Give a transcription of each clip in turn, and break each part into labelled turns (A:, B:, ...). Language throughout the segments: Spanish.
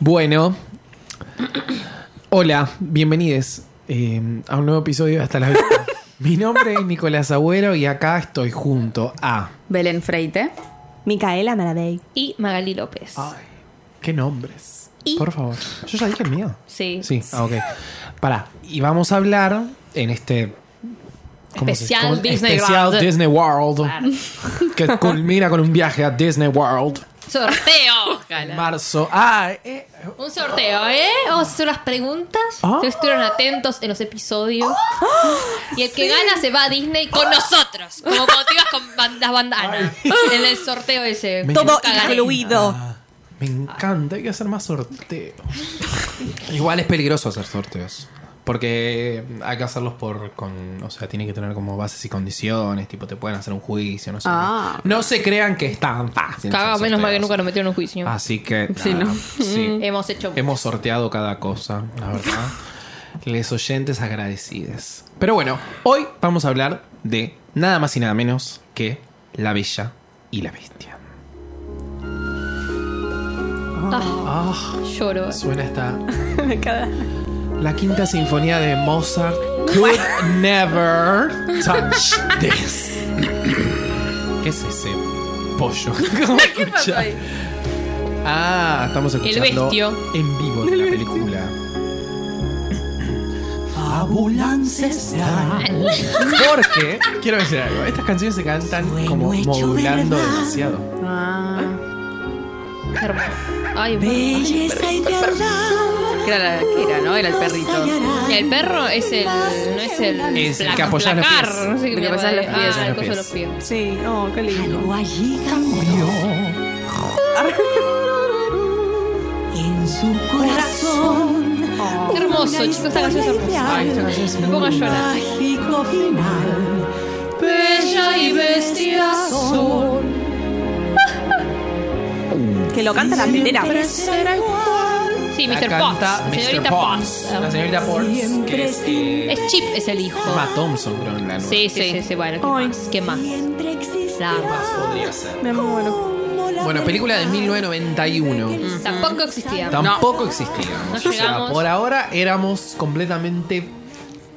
A: Bueno, hola, bienvenidos eh, a un nuevo episodio de Hasta las 20. Mi nombre es Nicolás Agüero y acá estoy junto a.
B: Belén Freite.
C: Micaela Maradei.
D: Y Magali López.
A: Ay, qué nombres. Por favor. Yo ya dije el mío.
D: Sí.
A: Sí, ah, ok. Pará, y vamos a hablar en este. ¿cómo se-
D: Especial
A: cómo-
D: Disney
A: especial
D: World.
A: Disney World. Que culmina con un viaje a Disney World.
D: Sorteo.
A: En
D: Ojalá.
A: marzo. Ah, eh,
D: Un sorteo, ¿eh? Vamos a hacer las preguntas.
A: Ah.
D: Ustedes estuvieron atentos en los episodios.
E: Ah,
D: y el que gana se va a Disney con nosotros. Como cuando te ibas con ban- las bandanas. En el sorteo ese.
A: Me-
C: Todo
D: Nunca gané.
C: incluido.
A: me encanta, hay que hacer más sorteos.
E: Igual es peligroso hacer sorteos. Porque hay que hacerlos por. Con, o sea, tiene que tener como bases y condiciones. Tipo, te pueden hacer un juicio, no sé.
B: Ah.
E: No se crean que es tan fácil.
D: Caga,
E: hacer
D: menos mal que
E: sorteos.
D: nunca nos metieron en un juicio.
E: Así que.
B: Sí,
E: nada,
B: ¿no?
E: sí.
D: Hemos hecho.
E: Hemos sorteado cada cosa, la verdad. Les oyentes agradecides. Pero bueno, hoy vamos a hablar de nada más y nada menos que La Bella y la Bestia.
D: Ah,
A: Ah,
D: lloro.
A: suena esta.
C: Me caga.
A: La quinta sinfonía de Mozart could never touch this.
E: ¿Qué es ese pollo?
B: ¿Qué pasó ahí?
E: Ah, estamos escuchando
D: bestio.
E: en vivo de la película.
A: Porque, quiero decir algo, estas canciones se cantan como modulando demasiado.
B: Ah,
D: Hermoso. Ay, ay,
B: que era la que era, ¿no? Era el perrito.
D: Y el perro es el. No es el.
E: Es el
D: plac-
E: que apoyás los
D: placar,
E: pies.
D: No sé qué
B: El que
D: mierda
B: apoyás los
D: es.
B: pies.
D: Ah, el
E: Los
D: coso de
E: pies.
D: los pies.
C: Sí, oh, qué lindo.
D: Qué hermoso, chicos. Esta canción es hermosa.
A: Ay, esta canción es
D: Me pongo a llorar. Bella y bestia son.
C: Que lo canta la tetera.
D: Sí,
E: La
D: Mr.
E: canta
D: Potts.
E: Mr.
D: Señorita
E: Potts.
D: Potts.
E: La señorita Potts, que es eh,
D: Es Chip, es el hijo.
E: Emma Thompson, creo, en la nueva.
D: Sí, sí, sí, sí, bueno, ¿qué
C: Ay.
D: más? ¿Qué más? La amo.
E: Más podría ser.
C: Me muero.
E: Bueno, película de 1991.
D: Tampoco existía.
E: Tampoco existía.
D: No
E: o sea,
D: llegamos.
E: por ahora éramos completamente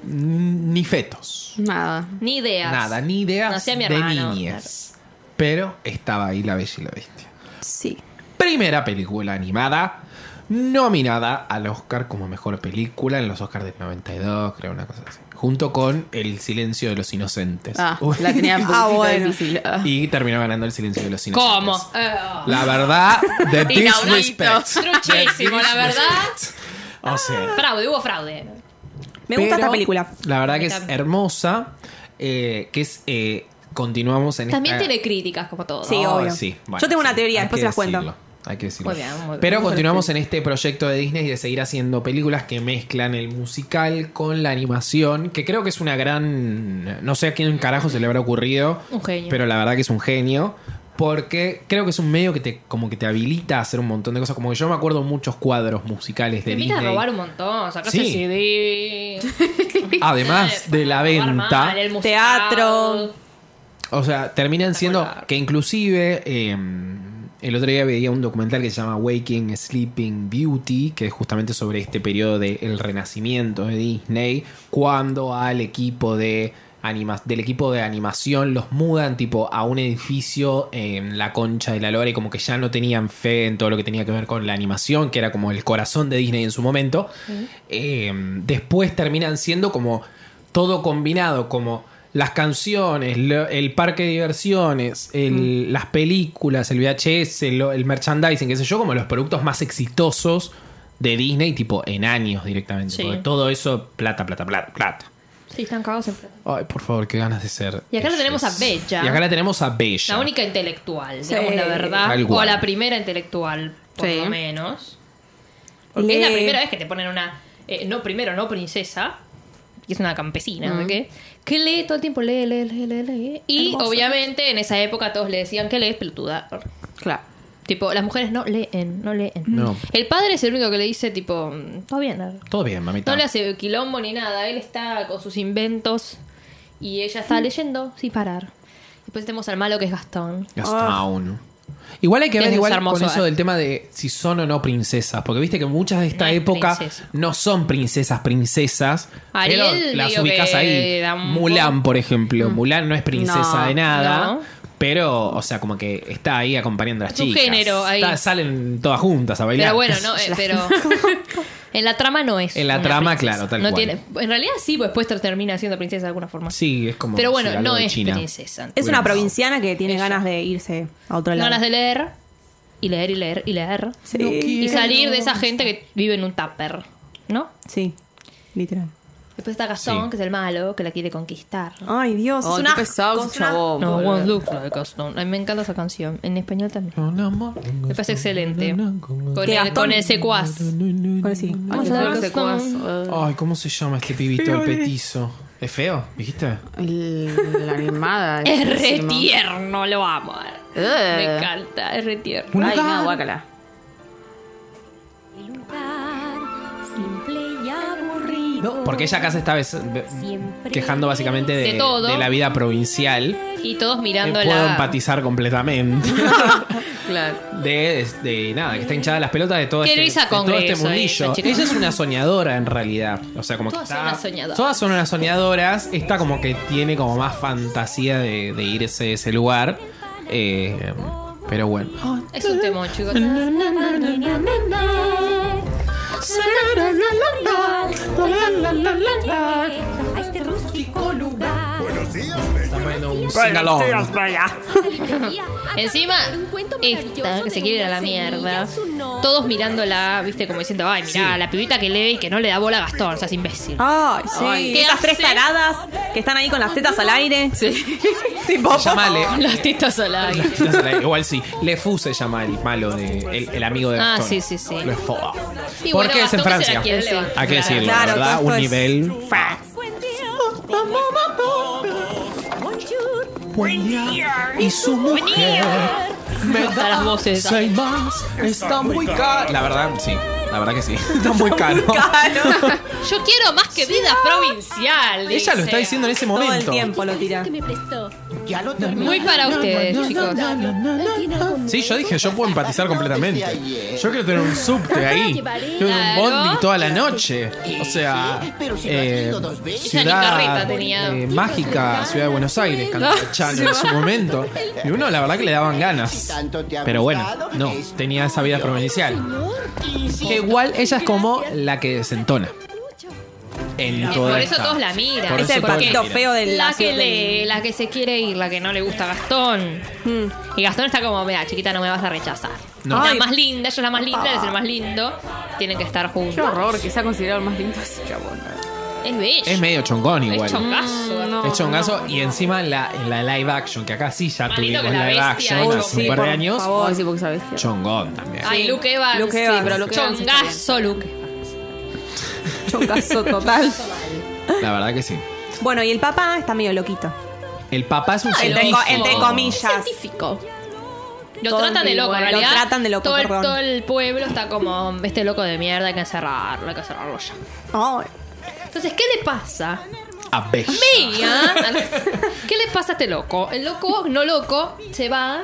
E: ni fetos.
B: Nada.
D: Ni ideas.
E: Nada, ni ideas
D: No sé, mi
E: de
D: hermano,
E: niñas. Pero estaba ahí La Bella y la Bestia.
C: Sí.
E: primera película animada nominada al Oscar como mejor película en los Oscars del 92, creo, una cosa así. Junto con El silencio de los inocentes.
B: Ah,
E: Uy.
B: la tenía un poquitito
C: Ah, bueno.
B: difícil. Ah.
E: Y terminó ganando El silencio de los inocentes.
D: ¿Cómo? Eh,
E: La verdad, the
B: Inaudito.
E: disrespect.
D: Truchísimo, la verdad.
E: O sea,
D: Fraude, hubo fraude.
C: Me
E: pero
C: gusta esta película.
E: La verdad que es
D: Me
E: hermosa, eh, que es... eh, continuamos en
D: También
E: esta...
D: tiene críticas, como todo.
C: Sí,
E: Ay,
C: obvio.
E: Eh, Ah, sí, bueno,
C: Yo tengo una
E: sí,
C: teoría,
E: hay
C: después
E: que
C: se las cuento.
E: decirlo, Hay que decirlo.
D: Muy bien, muy bien.
E: Pero continuamos en este proyecto de Disney de seguir haciendo películas que mezclan el musical con la animación, que creo que es una gran. No sé a quién carajo se le habrá ocurrido.
D: Un genio.
E: Pero la verdad que es un genio. Porque creo que es un medio que te, como que te habilita a hacer un montón de cosas. Como que yo me acuerdo muchos cuadros musicales de
D: Te
E: Disney.
D: invitan a robar un montón, sacarse
E: Sí.
D: CD.
E: Además de la
D: robar Eh, mal,
E: venta.
D: el musical.
C: Teatro.
E: O sea, terminan siendo
D: Espectacular.
E: que inclusive eh, el otro día veía un documental que se llama Waking Sleeping Beauty, que es justamente sobre este periodo del renacimiento de Disney, cuando al equipo de anima- del equipo de animación los mudan tipo a un edificio en la concha de la lora y como que ya no tenían fe en todo lo que tenía que ver con la animación, que era como el corazón de Disney en su momento. Eh, después terminan siendo como todo combinado, como las canciones, lo- el parque de diversiones, el-
D: Mm.
E: las películas, el VHS, lo- el merchandising, qué sé yo, como los productos más exitosos de Disney, tipo en años directamente.
D: Sí.
E: Porque todo eso, plata, plata, plata, plata.
D: Sí, están cagados en plata.
E: Ay, por favor, qué ganas de ser.
D: Y acá la
E: ellos.
D: tenemos a Bella.
E: Y acá la tenemos a Bella.
D: La única intelectual,
C: Sí.
D: digamos la verdad.
E: Tal
D: O
E: cual.
D: la primera intelectual, por
B: Sí.
D: lo menos. Porque es la
C: Le-
D: primera vez que te ponen una. eh, no, primero, no princesa. Que es una campesina, ¿no? ¿Qué? Que lee todo el tiempo, lee, lee, lee, lee, lee. Y obviamente en esa época todos le decían que lees pelotuda.
B: Claro.
D: Tipo, las mujeres no leen, no leen.
E: No.
D: El padre es el único que le dice, tipo, todo bien.
E: Todo bien, mamita.
D: No le hace quilombo ni nada. Él está con sus inventos y ella está leyendo sin parar. Después tenemos al malo que es Gastón.
E: Gastown. Igual hay que
D: Que
E: ver
D: Ah. es
E: igual
D: hermoso,
E: con eso
D: eh.
E: del tema de si son o no princesas. Porque viste que muchas de esta
D: No hay
E: época
D: princesa.
E: no son princesas, princesas.
D: Ariel,
E: pero las
D: digo
E: ubicas
D: que
E: ahí.
D: da un Mm.
E: Mulan, por ejemplo. Mulan no es princesa
C: No,
E: de nada.
D: no.
E: Pero, o sea, como que está ahí acompañando a las
D: Es un
E: chicas.
D: género ahí.
E: Está- salen todas juntas a bailar.
D: Pero bueno, no, eh, pero. En la trama no es.
E: En la
D: una
E: trama,
D: princesa.
E: claro, tal
D: no
E: cual.
D: Tiene, en realidad sí, pues después termina siendo princesa de alguna forma.
E: Sí, es como.
D: Pero
E: sí,
D: bueno,
E: algo
D: no
E: de
D: es
E: China.
D: princesa.
C: Es una
E: Bueno.
C: provinciana que tiene ganas de irse a otro lado.
D: Ganas de leer. Y leer y leer y leer.
C: Sí.
E: No
D: Y
E: quiero.
D: salir de esa gente que vive en un tupper. ¿No?
C: Sí,
B: Oh,
C: literal.
D: Después está Gastón,
E: Sí.
D: que es el malo, que la quiere conquistar. Oh,
C: Ay, Dios,
B: Oh,
C: es
B: qué
C: una
B: pesado,
C: cosa-
B: chabón,
D: Ah, No,
B: boludo.
D: One Look de Gastón. A mí me encanta esa canción. En español también. Me parece excelente. Con
C: Que
D: el,
C: Gastón-
D: con el secuaz.
C: Bueno, sí.
B: Ay,
D: Vamos
B: que
D: a
B: fue
D: ver
B: el
D: los
B: secuaz, eh,
E: Ay, ¿cómo se llama este pibito, el petizo? ¿Es feo? ¿Dijiste?
B: el- La animada.
D: Es re
B: buenísimo.
D: tierno, lo amo. Me
C: Ah.
B: Eh.
D: encanta, es re tierno.
B: Ay, no, guácala.
E: No, porque ella acá se está bes- be- quejando básicamente de,
D: De todo.
E: de la vida provincial.
D: Y todos
E: Eh,
D: mirando
E: puedo
D: la.
E: empatizar completamente.
B: Claro.
E: De, de- de nada, que está hinchada las pelotas de todo,
D: Qué
E: este,
D: risa
E: de
D: con
E: todo este
D: eso, eh,
E: mundillo.
D: esa chica.
E: ella es una soñadora en realidad. O sea, como
D: Todas
E: que
D: son
E: está,
D: unas soñadoras.
E: Todas son unas soñadoras. Esta como que tiene como más fantasía de, de irse de ese lugar. Eh, pero bueno.
D: Es un temón, chicos.
F: a este rústico lugar.
E: Están poniendo un sing-along.
D: Encima, esta que se quiere ir a la mierda. Todos mirándola, viste, como diciendo, ay, mirá, la pibita que lee y que no le da bola a Gastón, o sea, es imbécil.
C: Ay, sí.
D: Ay, ¿qué
C: Esas tres
D: hace?
C: taradas que están ahí con las tetas al aire. Sí. tipo,
E: Se llama Le-
D: Las tetas al aire.
E: Ya se la- Igual sí. Lefou se llama el malo, de, el, el amigo de
D: Ah,
E: Gastón.
D: sí, sí, sí.
E: Lefou.
D: Y bueno,
E: Porque es en
D: Gastón que se la
E: Francia.
D: quiere levantar.
E: Hay que decirlo, la
C: Claro,
E: ¿verdad?
C: todo
E: Un
C: esto es-
E: nivel. Y su mujer. Me
D: Hasta las voces.
E: seis más. Está muy caro. La verdad, sí. La verdad que sí. Está muy caro.
C: Claro.
D: Yo quiero más que vida provincial.
E: Ella lo
D: dice.
E: está diciendo en ese
C: Todo el
E: momento.
C: tiempo lo tira.
D: Muy para ustedes, chicos.
E: Sí, yo dije, yo puedo empatizar completamente. Yo quiero tener un subte ahí. Quiero tener un
D: Claro.
E: bondi toda la noche. O sea, eh, ciudad
D: carreta tenía.
E: eh, mágica, ciudad de Buenos Aires, Cancachano en su momento. Y uno, la verdad que le daban ganas. Pero bueno, no, tenía esa vida provincial. Que igual ella es como la que desentona. En
D: Y
E: toda
D: por eso
E: esta-
D: todos la miran.
E: Por
C: Es
E: eso
C: el
E: todos la
C: patito
E: miran.
C: feo del
D: La que lee, la que se quiere ir, la que no le gusta a Gastón. Y Gastón está como, mira, chiquita, no me vas a rechazar.
E: No.
D: La
E: Ay.
D: más linda, ella es la más linda, él es el más lindo. Tienen que estar juntos.
B: Qué horror que sea considerado el más lindo ese chabón.
D: Es bello.
E: Es medio chongón
D: Es
E: igual.
D: chongazo.
B: No,
E: Es chongazo y encima en la, en la live action, que acá sí ya
D: Manito
E: tuvimos
D: que la
E: live
D: bestia,
E: action
D: eh,
E: hace
D: sí,
E: un par
C: por
E: de años.
C: favor.
B: Oh, sí, porque sabes que-
E: Chongón también.
D: Ay, Luke Evans.
C: Luke
D: Sí,
C: Evans.
D: pero Luke Evans está bien. Chongazo, Luke.
B: Chongazo total.
E: La verdad que sí.
C: Bueno, y el papá está medio loquito.
E: El papá es un
C: Entre,
E: científico.
C: co- entre comillas.
D: Científico. Lo
C: Todo
D: tratan de
C: el-
D: loco, en
C: lo
D: realidad.
C: tratan de loco,
D: todo el,
C: perdón.
D: todo el pueblo está como, este loco de mierda, hay que encerrarlo, hay que encerrarlo ya.
C: Ay.
D: Entonces, ¿qué le pasa?
E: A Bella.
D: Mía. ¿Qué le pasa a este loco? El loco, no loco, se va.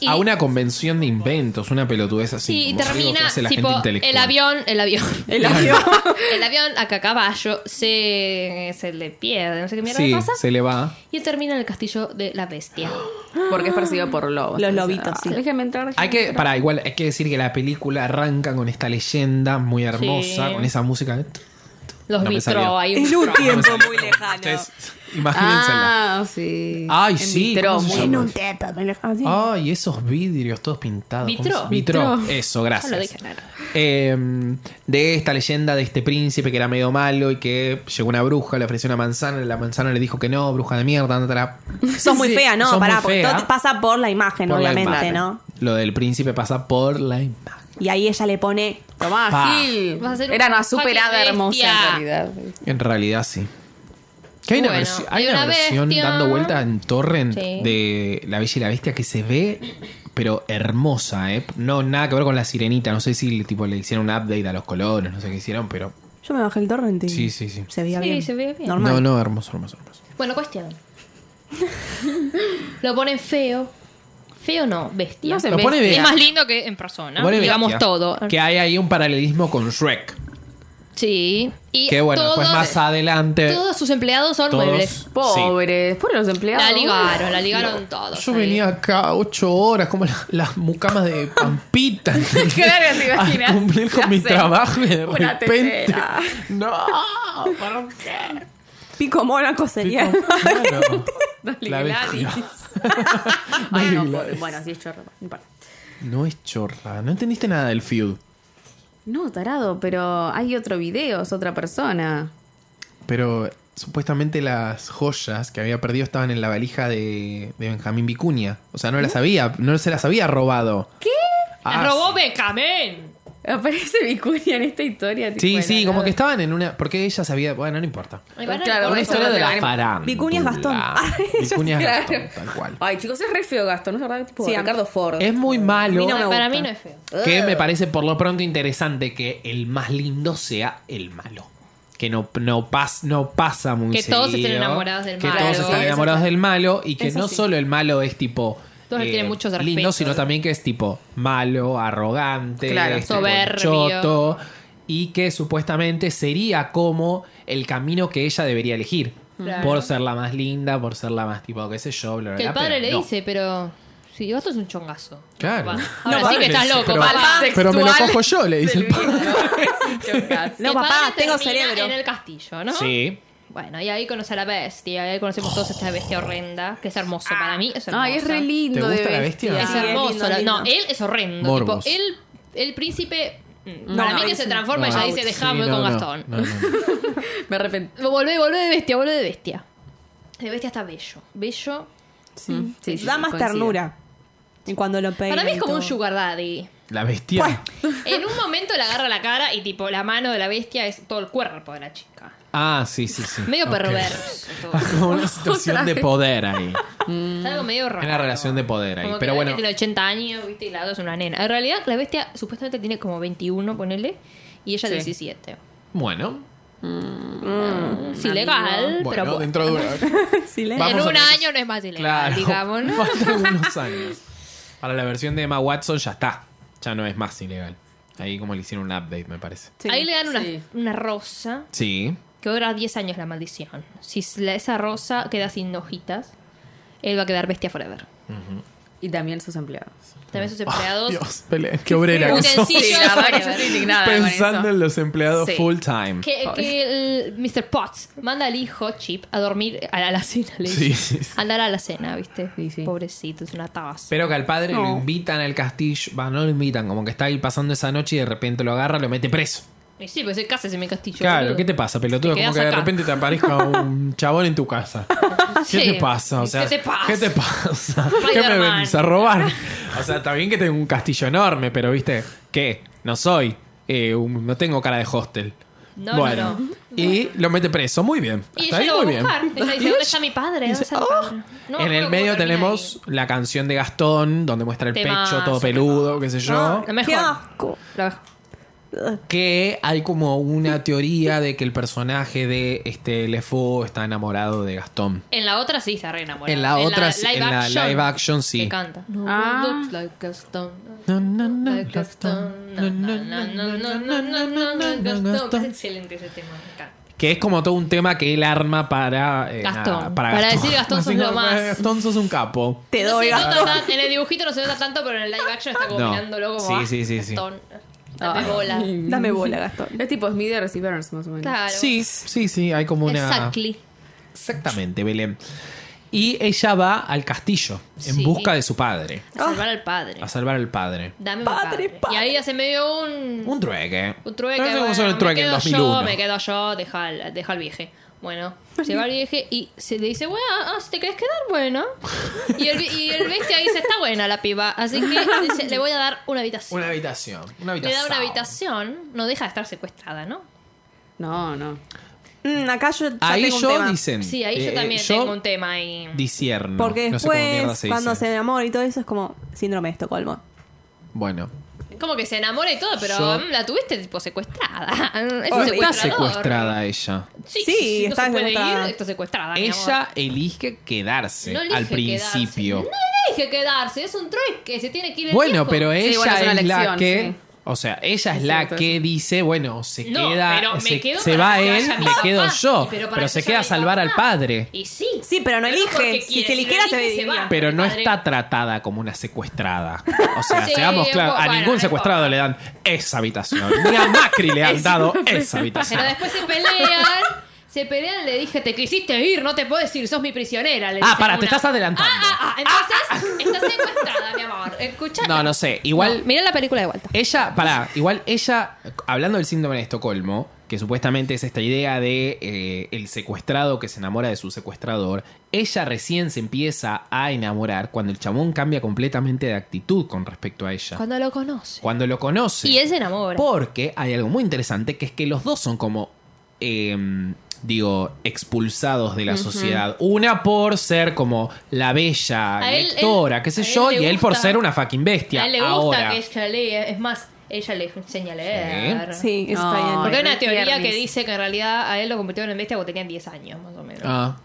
D: Y,
E: A una convención de inventos, una pelotudez así.
D: sí, y
E: como digo, que
D: termina,
E: hace la
D: tipo,
E: gente intelectual.
D: el avión, el avión.
C: El avión.
D: el avión acá a caballo se, se le pierde, no sé qué mierda
E: Sí,
D: le pasa.
E: se le va.
D: Y él termina en el castillo de la bestia.
B: Porque es perseguido por lobos.
C: Los lobitos, sí.
B: Déjame entrar.
E: Hay que, para igual, hay que decir que la película arranca con esta leyenda muy hermosa,
D: Sí.
E: con esa música. de-
D: Los
E: No me salió.
D: vitró ahí.
C: Es un tiempo muy lejano.
E: Ustedes, imagínensela.
B: Ah, sí.
E: Ay,
B: En
E: sí.
B: vitró,
E: ¿cómo se
B: muy-
E: llama?
C: Así.
E: Ay, esos vidrios todos pintados. ¿Cómo
D: Vitró.
E: se- Vitró.
B: Vitró.
E: Eso,
D: Ya
E: gracias.
D: lo dije, claro.
E: Eh, de esta leyenda de este príncipe que era medio malo y que llegó una bruja, le ofreció una manzana, la manzana le dijo que no, bruja de mierda, andate a la-
C: Sos muy fea, ¿no?
E: Sos
C: Pará,
E: muy
C: porque
E: fea.
C: todo te pasa por la imagen,
E: por la
C: obviamente,
E: imagen.
C: ¿no?
E: Lo del príncipe pasa por la imagen.
C: Y ahí ella le pone.
B: Tomá,
E: Pa.
B: Gil.
D: Vas a ser un
B: Era una superada
D: fucking
B: hermosa
D: bestia.
B: en realidad.
E: En realidad sí. Que hay una,
D: Bueno,
E: versi- hay
D: y
E: una
D: una
E: versión
D: bestia.
E: dando vuelta en torrent
D: Sí.
E: de La Bella y la Bestia que se ve, pero hermosa, ¿eh? No, nada que ver con la sirenita. No sé si tipo, le hicieron un update a los colores, no sé qué hicieron, pero.
C: Yo me bajé el torrent y
E: Sí, sí, sí.
C: Se veía
D: Sí,
C: bien.
D: se veía bien.
C: Normal.
E: No, no, hermoso, hermoso, hermoso.
D: Bueno, cuestión. Lo ponen feo. Feo no, bestia.
B: No se
E: Lo pone
B: bestia.
E: bestia.
D: es más lindo que en persona.
E: Bueno,
D: digamos
E: bestia.
D: todo.
E: Que hay ahí un paralelismo con Shrek.
D: Sí. Y
E: Que bueno,
D: todos,
A: pues
E: después más adelante.
A: Eh,
D: todos sus empleados son
E: Todos.
D: muebles.
B: Pobres, pobres los empleados.
D: La ligaron, la ligaron todos.
A: Yo
D: ahí.
A: venía acá ocho horas, como la- las mucamas de Pampita. ¿entendés?
B: Claro, te imaginas.
A: A cumplir con
B: Ya
A: mi
B: sé.
A: trabajo y de
B: Una
A: repente.
B: tetera.
A: No, ¿para qué?
C: Pico Mónaco sería.
A: Claro. La
B: Dale,
A: bestia.
B: Gladys. Ay,
A: Dale,
B: no, pobre.
A: Gladys.
B: Bueno, sí es chorro. no importa.
A: No es chorra, no entendiste nada del feud.
B: No, tarado, pero hay otro video, es otra persona.
A: Pero supuestamente las joyas que había perdido estaban en la valija de, de Benjamín Vicuña. O sea, no las había, no se las había robado. Ah, ¿Qué?
D: La robó Becamen.
B: Aparece Vicuña en esta historia. tipo,
A: Sí,
B: de
A: sí,
B: la
A: como
B: nada.
A: que estaban en una. Porque ella sabía. Bueno, no importa.
B: Claro, una
D: por eso.
B: historia de la-
E: farándula.
C: Vicuña es Gastón.
A: Vicuña es
B: claro.
A: Gastón, tal cual.
B: Ay, chicos, es re feo Gastón, ¿no es verdad? Tipo,
C: Sí, a mí-
B: Ricardo Ford.
E: Es muy malo.
C: no me
D: Para
C: gusta.
D: mí no es feo.
E: Que me parece por lo pronto interesante que el más lindo sea el malo. Que no, no, pas- no pasa muy
D: Que todos
E: seguido.
D: estén enamorados del
E: Que
D: malo.
E: todos están
D: Eso
E: enamorados
B: sí.
E: del malo y que
B: Eso
E: no
B: sí.
E: solo el malo es tipo. eh,
D: Todos le tienen mucho respeto.
E: Lindo, sino también que es tipo malo, arrogante,
B: Claro.
E: este,
D: Soberbio.
E: choto. Y que supuestamente sería como el camino que ella debería elegir.
D: Claro.
E: Por ser la más linda, por ser la más tipo, qué sé yo, bla, bla,
D: Que el
E: bla,
D: padre
E: pero
D: le
E: no.
D: dice, pero. Si gasto es un chongazo.
A: Claro.
D: Papá.
A: No,
D: Ahora sí
A: padre,
D: que estás
A: sí,
D: loco,
A: pero-
D: papá.
B: Papá.
A: Pero me lo cojo yo, le dice el padre.
D: Que el
C: No, papá,
D: padre
C: tengo
D: termina
C: cerebro.
D: En el castillo, ¿no?
E: Sí.
D: Bueno, y ahí conoce a la bestia. Y ahí conocemos todos a esta bestia horrenda. Que es hermoso para mí. Es hermosa.
B: Ay, es re lindo.
A: ¿Te
B: de
A: gusta la bestia?
D: Es
C: Sí, es
D: hermoso.
C: lindo,
D: la-
C: lindo.
D: No, él es horrendo. Tipo,
A: Morbos.
D: él, el príncipe. mm,
B: No,
D: para
B: no,
D: mí que
B: es
D: se
B: un-
D: transforma,
E: Ah,
D: ella
A: No,
D: dice,
A: sí,
D: dejame
A: no,
D: con
A: no,
D: Gastón.
A: no, no, no.
B: Me arrepentí.
D: Volvé, volvé de bestia, volvé de bestia. De bestia está bello. Bello.
B: Sí, Mm, sí, sí,
C: da más
B: coincido.
C: ternura. Y cuando lo pega.
D: Para mí es como un sugar daddy.
E: La bestia.
D: En un momento le agarra la cara y tipo la mano de la bestia es todo el cuerpo de la chica.
E: Ah, sí, sí, sí.
D: Medio
E: Ok.
D: perverso. todo.
E: Como una situación de poder ahí.
D: Es algo medio raro.
E: Una relación de poder ahí.
D: Como que
E: Pero
D: la
E: bueno,
D: bestia Tiene 80 años, viste, y la otra es una nena. En realidad, la bestia supuestamente tiene como 21, ponele, y ella
B: Sí.
D: 17.
E: bueno.
D: Es ilegal, pero
A: Bueno,
D: bueno,
A: dentro de una.
C: Silencio.
A: vamos
D: en
A: a
D: un
A: ver.
D: año no es más ilegal,
E: Claro.
D: digamos. ¿no?
E: Faltan unos años. Para la versión de Emma Watson ya está. Ya no es más ilegal. Ahí como le hicieron un update, me parece.
D: Ahí le dan una,
B: Sí.
D: una rosa
E: Sí.
D: que dura 10 años la maldición. Si la- esa rosa queda sin hojitas, él va a quedar bestia forever.
B: Y también sus empleados.
D: También
E: Ah,
D: sus empleados.
A: Dios, Belén, qué obrera que sos.
D: Utensilios. Sí, yo
B: la verdad que
D: forever.
B: yo estoy indignada con
E: Pensando
B: eso.
E: en los empleados
B: Sí.
E: full time.
D: Que, que el Mr. Potts manda al hijo Chip a dormir a la, a la cena, le
E: Sí,
D: dice.
E: sí, sí.
D: Andar a la cena, ¿viste?
B: Sí, sí.
D: Pobrecito, es una tabaza.
E: Pero que al padre lo
C: No.
E: invitan al castillo. Va, no lo invitan, como que está ahí pasando esa noche y de repente lo agarra, lo mete preso.
D: Y sí, pues se casa en mi castillo.
E: Claro,
D: boludo.
E: ¿qué te pasa, pelotudo?
D: Te
E: Como
D: quedás
E: que de
D: acá.
E: repente te aparezca un chabón en tu casa. ¿Qué
D: Ah, Sí.
E: te pasa? O sea,
D: ¿Qué te pasa?
E: ¿Qué te pasa? ¿Qué me
D: Spider-Man.
E: venís a robar? O sea, está bien que tengo un castillo enorme, pero viste, ¿qué? No soy. eh, un- no tengo cara de hostel.
D: No,
E: bueno,
D: no, no.
E: Y lo mete preso. Muy bien.
D: Y
E: Hasta
D: ella
E: ahí
D: lo va
E: muy
D: a
E: bien. "Oh".
D: buscar. Ella dice, ¿dónde está mi padre? ¿Dónde está mi padre? No,
E: en el
D: creo que
E: medio
D: termina
E: tenemos la canción de Gastón, donde muestra el
D: Temazo,
E: pecho todo peludo, qué sé yo.
D: ahí. La
C: Qué
D: mejor.
C: asco.
D: La mejor.
E: Que hay como una teoría de que el personaje de este Lefou está enamorado de Gastón.
D: En la otra sí se re enamora.
E: En la otra, sí, en la live action,
D: Que
E: sí.
D: canta.
B: Ah.
D: looks like a stone.
E: Na, na, na,
D: Like a stone. Na, na, na, na, na, na, na, na, na, Gastón. Es excelente ese tema. me encanta.
E: Que es como todo un tema que él arma para. eh,
D: Gastón.
E: nada,
D: Para decir, Gastón,
E: Así
D: sos lo
E: como,
D: más.
E: "Eh, Gastón sos un capo.
C: Te
D: No
C: doy
D: se nota
C: gato.
D: tan- en el dibujito no se nota tanto, pero en el live action está como
E: No.
D: mirándolo como.
E: Sí,
D: ah,
E: sí, sí, sí.
D: Gastón, Dame
B: Ay.
D: bola.
C: Dame bola, Gastón.
B: Mm. Es tipo Smithers y Burns, más o menos.
D: Claro.
E: Sí, sí, sí, hay como una.
D: Exactly.
E: Exactamente, Belén. Y ella va al castillo en
D: Sí.
E: busca de su padre,
D: A salvar al padre.
E: a salvar al Ah. padre.
D: Dame un
C: Padre,
D: padre.
C: padre.
D: Y ahí hace medio un.
E: Un trueque.
D: Un trueque.
E: No sé cómo
D: bueno,
E: son el trueque
D: me
E: en
D: quedo
E: 2001.
D: yo, me quedo yo, deja al, deja al vieje. Bueno, se va al vieje y se le dice, bueno, ah, si te querés quedar, bueno. Y el, vi- y el bestia dice, está buena la piba, así que dice, le voy a dar una habitación.
E: Una habitación. Una
D: le
E: habitación.
D: da una habitación, no deja de estar secuestrada, ¿no?
B: No, no.
C: Mm, acá yo ya
E: Ahí
C: tengo un
E: yo
C: tema.
E: dicen.
D: Sí, ahí
E: eh,
D: yo también
E: yo
D: tengo un tema ahí.
E: Disierno.
C: Porque
E: No sé cómo
C: después,
E: mierda se
C: cuando
E: dice.
C: se enamora y todo eso, es como síndrome de Estocolmo.
E: Bueno,
D: Como que se enamora y todo, pero
E: Yo-
D: mm, la tuviste tipo secuestrada. Es
E: no
D: un
E: está
D: secuestrador.
E: secuestrada ella.
D: Sí,
C: Sí,
D: sí, no
C: está
D: se puede
C: secuestrada.
D: ir, está secuestrada. mi amor.
E: Ella elige quedarse
D: No elige
E: al principio.
D: quedarse. No, dije quedarse, es un Troy que se tiene que ir. el
E: Bueno,
D: viejo.
E: pero ella
B: Sí, bueno, es una
E: es, la
B: elección,
E: que.
B: sí.
E: O sea, ella es,
B: Es
E: la
B: cierto
E: que dice, bueno, se
D: No,
E: queda.
D: pero me
E: se
D: quedo
E: se
D: para
E: va
D: que
E: él,
D: vaya mi
E: me quedo
D: papá.
E: yo.
D: Y
E: Pero,
D: para
E: se
D: que
E: queda a
D: vaya mi
E: salvar al
D: papá.
E: padre.
D: Y sí.
C: Sí, pero no elige.
D: porque
C: Si
D: quiere,
C: se
D: lo
C: eligiera, se
D: elige,
C: dividía.
D: va.
E: Pero
D: Mi
E: no
D: padre-
E: está tratada como una secuestrada. O sea,
D: Sí,
E: seamos claros, a
D: bueno,
E: ningún
D: no
E: secuestrado le dan esa habitación. Ni a Macri le han dado esa habitación.
D: Pero después se pelean. Se pelean, le dije, te quisiste ir, no te puedes ir, sos mi prisionera. le
E: Ah,
D: dicen
E: para, te
D: una.
E: estás adelantando.
D: Ah, ah, ah, entonces estás secuestrada, mi amor. Escucha.
E: No, no sé. Igual
D: mira la película de vuelta.
E: Ella, pará, igual ella, hablando del síndrome de Estocolmo, que supuestamente es esta idea de eh, el secuestrado que se enamora de su secuestrador, ella recién se empieza a enamorar cuando el chamón cambia completamente de actitud con respecto a ella.
D: Cuando lo conoce.
E: Cuando lo conoce.
D: Y él se enamora.
E: Porque hay algo muy interesante que es que los dos son como. eh, digo, expulsados de la sociedad. Una por ser como la bella
D: A él-
E: lectora,
D: él-
E: qué sé
D: a él
E: yo,
D: le
E: y él por
D: gusta-
E: ser una fucking bestia.
D: a él le gusta
E: Ahora,
D: que ella lea. Es más, ella le enseña a leer.
C: Sí, está
B: No,
C: bien.
D: Porque hay una
B: Ay,
D: teoría
B: tiernis.
D: que dice que en realidad a él lo convirtieron en bestia cuando tenían 10 años, más o menos.
E: Ah,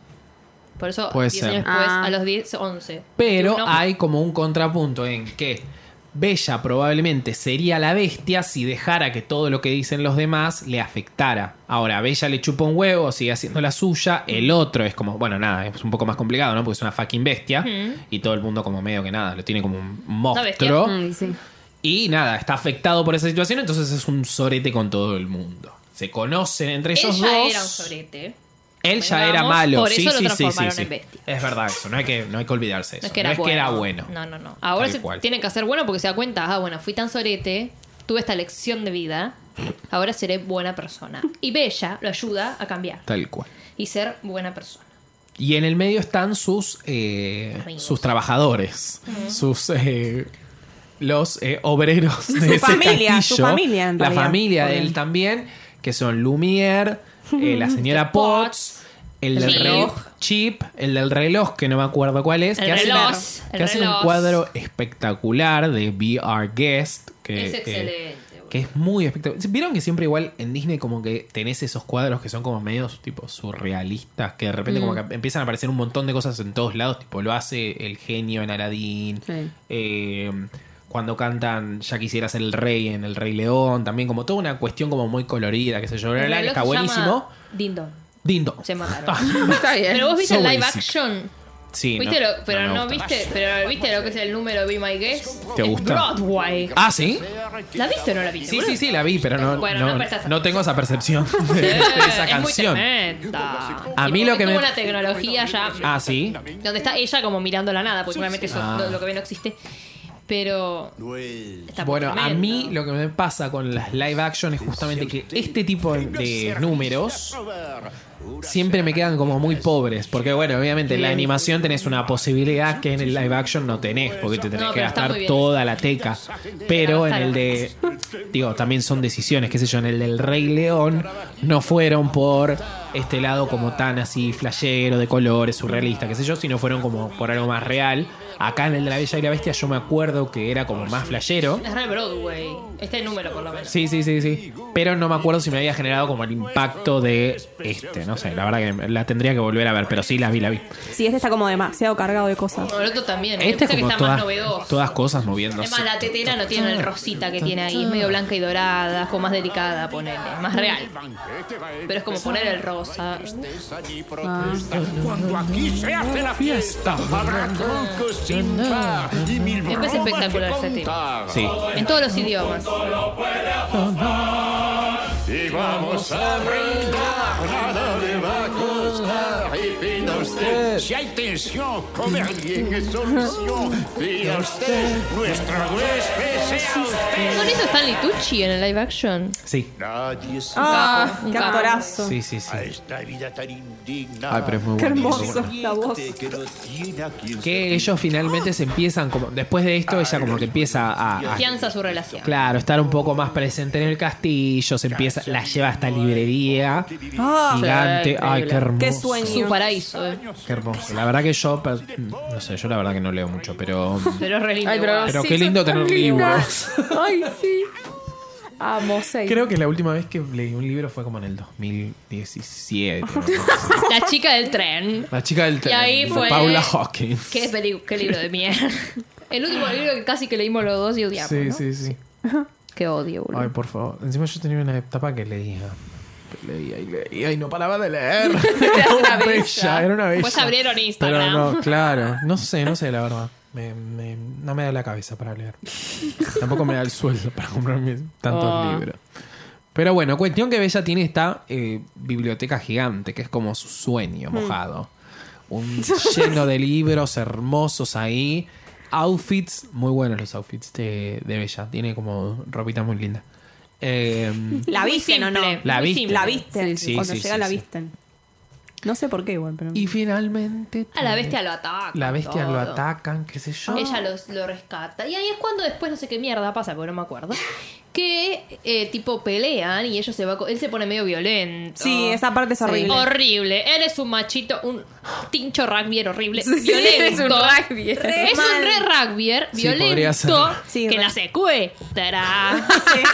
D: Por eso,
E: puede
D: 10
E: ser.
D: años después,
B: Ah.
D: a los 10, 11.
E: Pero
D: No,
E: hay como un contrapunto en que Bella probablemente sería la bestia si dejara que todo lo que dicen los demás le afectara. Ahora, Bella le chupa un huevo, sigue haciendo la suya. El otro es como, bueno, nada, es un poco más complicado, ¿no? Porque es una fucking bestia. Y todo el mundo, como medio que nada, lo tiene como un monstruo.
B: Mm, sí.
E: Y nada, está afectado por esa situación, entonces es un sorete con todo el mundo. Se conocen entre
D: Ella
E: ellos dos.
D: era un sorete.
E: Él ya
D: Vengamos,
E: era malo.
D: por
E: sí,
D: eso lo
E: sí, sí, sí,
D: transformaron
E: sí.
D: en bestia.
E: Es verdad eso, no hay que, no hay que olvidarse de eso.
D: No es que era,
E: bueno.
D: bueno. No, no, no. Ahora
E: Tal
D: se
E: cual.
D: tienen que hacer bueno porque se da cuenta, ah, bueno, fui tan sorete, tuve esta lección de vida, ahora seré buena persona. Y Bella lo ayuda a cambiar
E: Tal cual.
D: y ser buena persona.
E: Y en el medio están sus eh,
D: Amigos.
E: sus trabajadores, sus eh, los eh, obreros de ese
C: familia, su
E: castillo.
C: familia, en
E: la
C: realidad.
E: familia de
C: Porque-
E: él también, que son Lumière, eh, la señora Potts, el del
D: Chip.
E: reloj Chip, el del reloj que no me acuerdo cuál es,
D: El
E: que, hace,
D: reloj,
E: que
D: el
E: hace un
D: reloj.
E: cuadro espectacular de VR Guest que
D: es
E: eh,
D: excelente. boludo.
E: que es muy espectacular. ¿Vieron que siempre igual en Disney como que tenés esos cuadros que son como medios tipo surrealistas, que de repente como
D: Mm.
E: que empiezan a aparecer un montón de cosas en todos lados, tipo lo hace el genio en Aladdin,
B: Sí.
E: eh, cuando cantan Ya quisiera ser el rey en El Rey León, también como toda una cuestión como muy colorida, que se yo, bla,
D: El
E: bla, bla, que está
D: reloj se
E: buenísimo.
D: llama Dindo.
E: Dindo.
D: Se mataron.
B: Está bien.
D: Pero vos viste
E: So
D: el live
E: basic.
D: action.
E: Ah, Sí,
D: ¿Viste
E: no,
D: lo- pero
E: no
D: no,
E: me gusta.
D: viste, pero viste lo que es el número Be My Guest.
E: ¿Te
D: Es
E: gusta?
D: Broadway.
E: Ah, sí.
D: ¿La viste o no la viste?
E: Sí,
D: boludo?
E: sí, sí, la vi, pero no,
D: Bueno,
E: no,
D: no prestás
E: no tengo esa percepción de, de
D: Eh,
E: esa
D: es muy
E: canción.
D: tremenda.
E: A
D: Y
E: mí lo que
D: porque
E: me-
D: tuvo una tecnología ya
E: Ah, sí.
D: donde está ella como mirando la nada, porque seguramente eso
E: Ah.
D: lo, lo que ve no existe. Pero está muy
E: Bueno, a
D: tremendo.
E: mí lo que me pasa con las live action es justamente que este tipo de- de números siempre me quedan como muy pobres. Porque, bueno, obviamente en la animación tenés una posibilidad que en el live action no tenés, porque te tenés
D: No,
E: que
D: pero está
E: gastar
D: muy bien.
E: toda la teca. Pero en el de. Digo, también son decisiones, qué sé yo, en el del Rey León no fueron por este lado como tan así flashero, de colores, surrealista, qué sé yo, sino fueron como por algo más real. Acá en el de la Bella y la Bestia yo me acuerdo que era como más flashero.
D: es re Broadway, este número por lo menos.
E: Sí, sí, sí, sí. Pero no me acuerdo si me había generado como el impacto de este. No sé, la verdad que la tendría que volver a ver, pero sí la vi, la vi.
C: Sí, este está como demasiado cargado de cosas.
D: Bueno, el otro también, me
E: Este es
D: gusta que
E: como
D: está más
E: todas,
D: novedoso.
E: todas cosas moviéndose.
D: Además, la tetera no tiene el rosita que tiene ahí, es medio blanca y dorada, como más delicada, ponele, más real. Pero es como poner el rosa.
G: Cuando aquí se hace la fiesta, habrá trucos sin par y mil
D: Me parece
G: bromas que
D: espectacular este tema.
G: contar.
E: Sí.
D: En todos los idiomas.
G: Y vamos a brindar, nada le va a costar. Y pida usted, si hay tensión, con alguien es solución. Pida usted, nuestro huésped sea usted.
D: ¿No hizo Stanley Tucci en el live action?
E: Sí,
G: Nadie se
C: Ah,
D: Un
C: qué
D: capo.
C: actorazo.
E: sí, sí, sí.
G: a esta vida tan indigna.
E: Ay, pero es muy
C: Qué
E: bueno.
C: hermoso la voz.
G: Que no tiene a quien
E: Que ellos finalmente se empiezan como. Después de esto, ella como que empieza a. a-
D: Fianza su relación.
E: claro, estar un poco más presente en el castillo. Se empieza. La lleva a esta librería.
C: Ah,
E: Gigante. Ay, qué hermoso.
C: qué sueño.
D: Su paraíso, eh.
E: Qué hermoso. La verdad que yo. per- No sé, yo la verdad que no leo mucho, pero.
D: Pero es re lindo.
B: Ay, pero-
D: igual.
E: Pero
B: Sí,
E: qué
B: son
E: lindo
B: tan
E: tener
B: lindas.
E: libros.
B: Ay, sí. Amo Seiya.
E: Creo que la última vez que leí un libro fue como en el 2017. ¿no?
D: La chica del tren.
E: La chica del tren.
D: ahí
E: de
D: fue-
E: Paula Hawkins.
D: Qué, peli- qué libro de mierda. El último libro que casi que leímos los dos y odiamos.
E: Sí,
D: pues,
E: sí,
D: ¿no?
E: sí.
D: Qué odio, boludo.
E: Ay, por favor. Encima yo tenía una etapa que leía. Leía y leía y no paraba de leer. Era una bella. Era una bella.
D: Pues abrieron
E: Pero
D: Instagram.
E: no, claro. No sé, no sé, la verdad. Me- me- no me da la cabeza para leer. Tampoco me da el sueldo para comprarme tantos
C: Ah.
B: Oh.
E: libros. Pero bueno, cuestión que Bella tiene esta eh, biblioteca gigante, que es como su
C: Hmm.
E: sueño mojado. Un lleno de libros hermosos ahí. Outfits, muy buenos los outfits de, de Bella. Tiene como ropita muy linda. Eh,
C: ¿La
D: Muy
C: visten o no?
D: simple,
E: La
D: muy
E: viste.
D: simple.
C: La visten.
E: Sí,
C: Cuando
E: sí,
C: llega
E: sí,
C: la
E: sí.
C: visten. No sé por qué igual, pero...
E: y finalmente...
D: A Ah, la bestia lo ataca.
E: La bestia lo
D: todo.
E: atacan, qué sé yo.
C: Ah.
D: Ella los- lo rescata. Y ahí es cuando después no sé qué mierda pasa, porque no me acuerdo. Que eh, tipo pelean y ellos se va. co- Él se pone medio violento.
C: Sí, esa parte es horrible.
D: Horrible. Eres un machito, un tincho rugbyer horrible.
B: Sí,
D: violento.
B: es un rugby.
D: Es un re rugbyer
E: Sí, podría ser.
D: violento
C: Sí,
D: que
C: re-
D: la secuestra,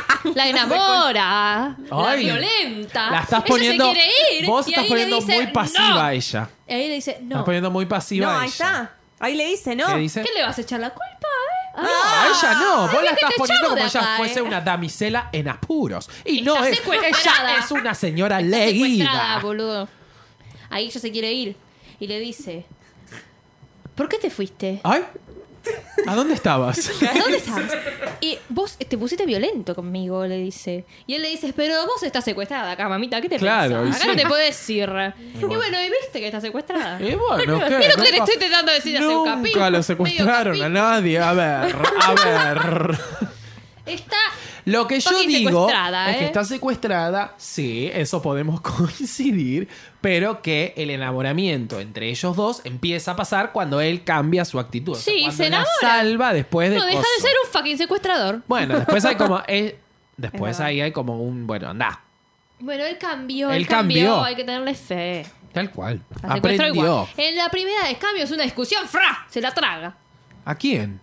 D: la enamora, la
E: Ay,
D: violenta.
E: La estás
D: Ella
E: poniendo.
D: se quiere ir.
E: vos
D: y
E: estás
D: ahí
E: poniendo
D: le dice,
E: muy pasiva
D: "No".
E: a ella.
D: Y ahí le dice,
E: Estás
D: no.
E: poniendo muy pasiva
C: no,
E: a ella.
C: ahí está. Ahí le dice, ¿no?
E: ¿Qué dice?
D: ¿Qué le vas a echar la culpa,
E: No,
D: eh?
E: a ella no. Vos
D: Ay,
E: la
D: que
E: estás
D: te
E: poniendo
D: echamos
E: como
D: de
E: ella
D: acá,
E: fuese
D: eh.
E: una damisela en apuros. Y
D: Está
E: no es.
D: secuestrada.
E: Ella es una señora
D: Está secuestrada,
E: leída.
D: boludo. Ahí ella se quiere ir. Y le dice, ¿por qué te fuiste?
E: Ay. ¿A dónde estabas?
D: ¿Dónde estás? Y vos te pusiste violento conmigo, le dice. Y él le dice, pero vos estás secuestrada acá, mamita, ¿qué te
E: Claro,
D: pensás?
E: y
D: Acá
E: sí. Eh,
D: no te podés ir. Y bueno, y viste que está secuestrada.
E: Y bueno, ¿qué?
D: Mira lo que le
E: Nunca-
D: estoy tratando de decir hace un capítulo.
E: Nunca lo
D: medio
E: secuestraron a
D: capítulo.
E: nadie. A ver, a ver.
D: Está
E: Lo que yo
D: Fucking
E: digo
D: secuestrada,
E: es que
D: ¿eh?
E: está secuestrada, sí, eso podemos coincidir, pero que el enamoramiento entre ellos dos empieza a pasar cuando él cambia su actitud. O sea,
D: Sí,
E: cuando
D: se
E: la
D: enamora.
E: salva después de
D: No, deja de
E: coso.
D: ser un fucking secuestrador.
E: Bueno, después hay como eh, después
C: Es verdad.
E: ahí hay como un, bueno, anda,
D: Bueno, él cambió,
E: Él
D: él, cambió.
E: cambió.
D: Hay que tenerle fe.
E: tal cual.
D: La secuestró
E: Aprendió.
D: igual. En la primera de cambio es una discusión, ¡fra! Se la traga.
E: ¿A quién?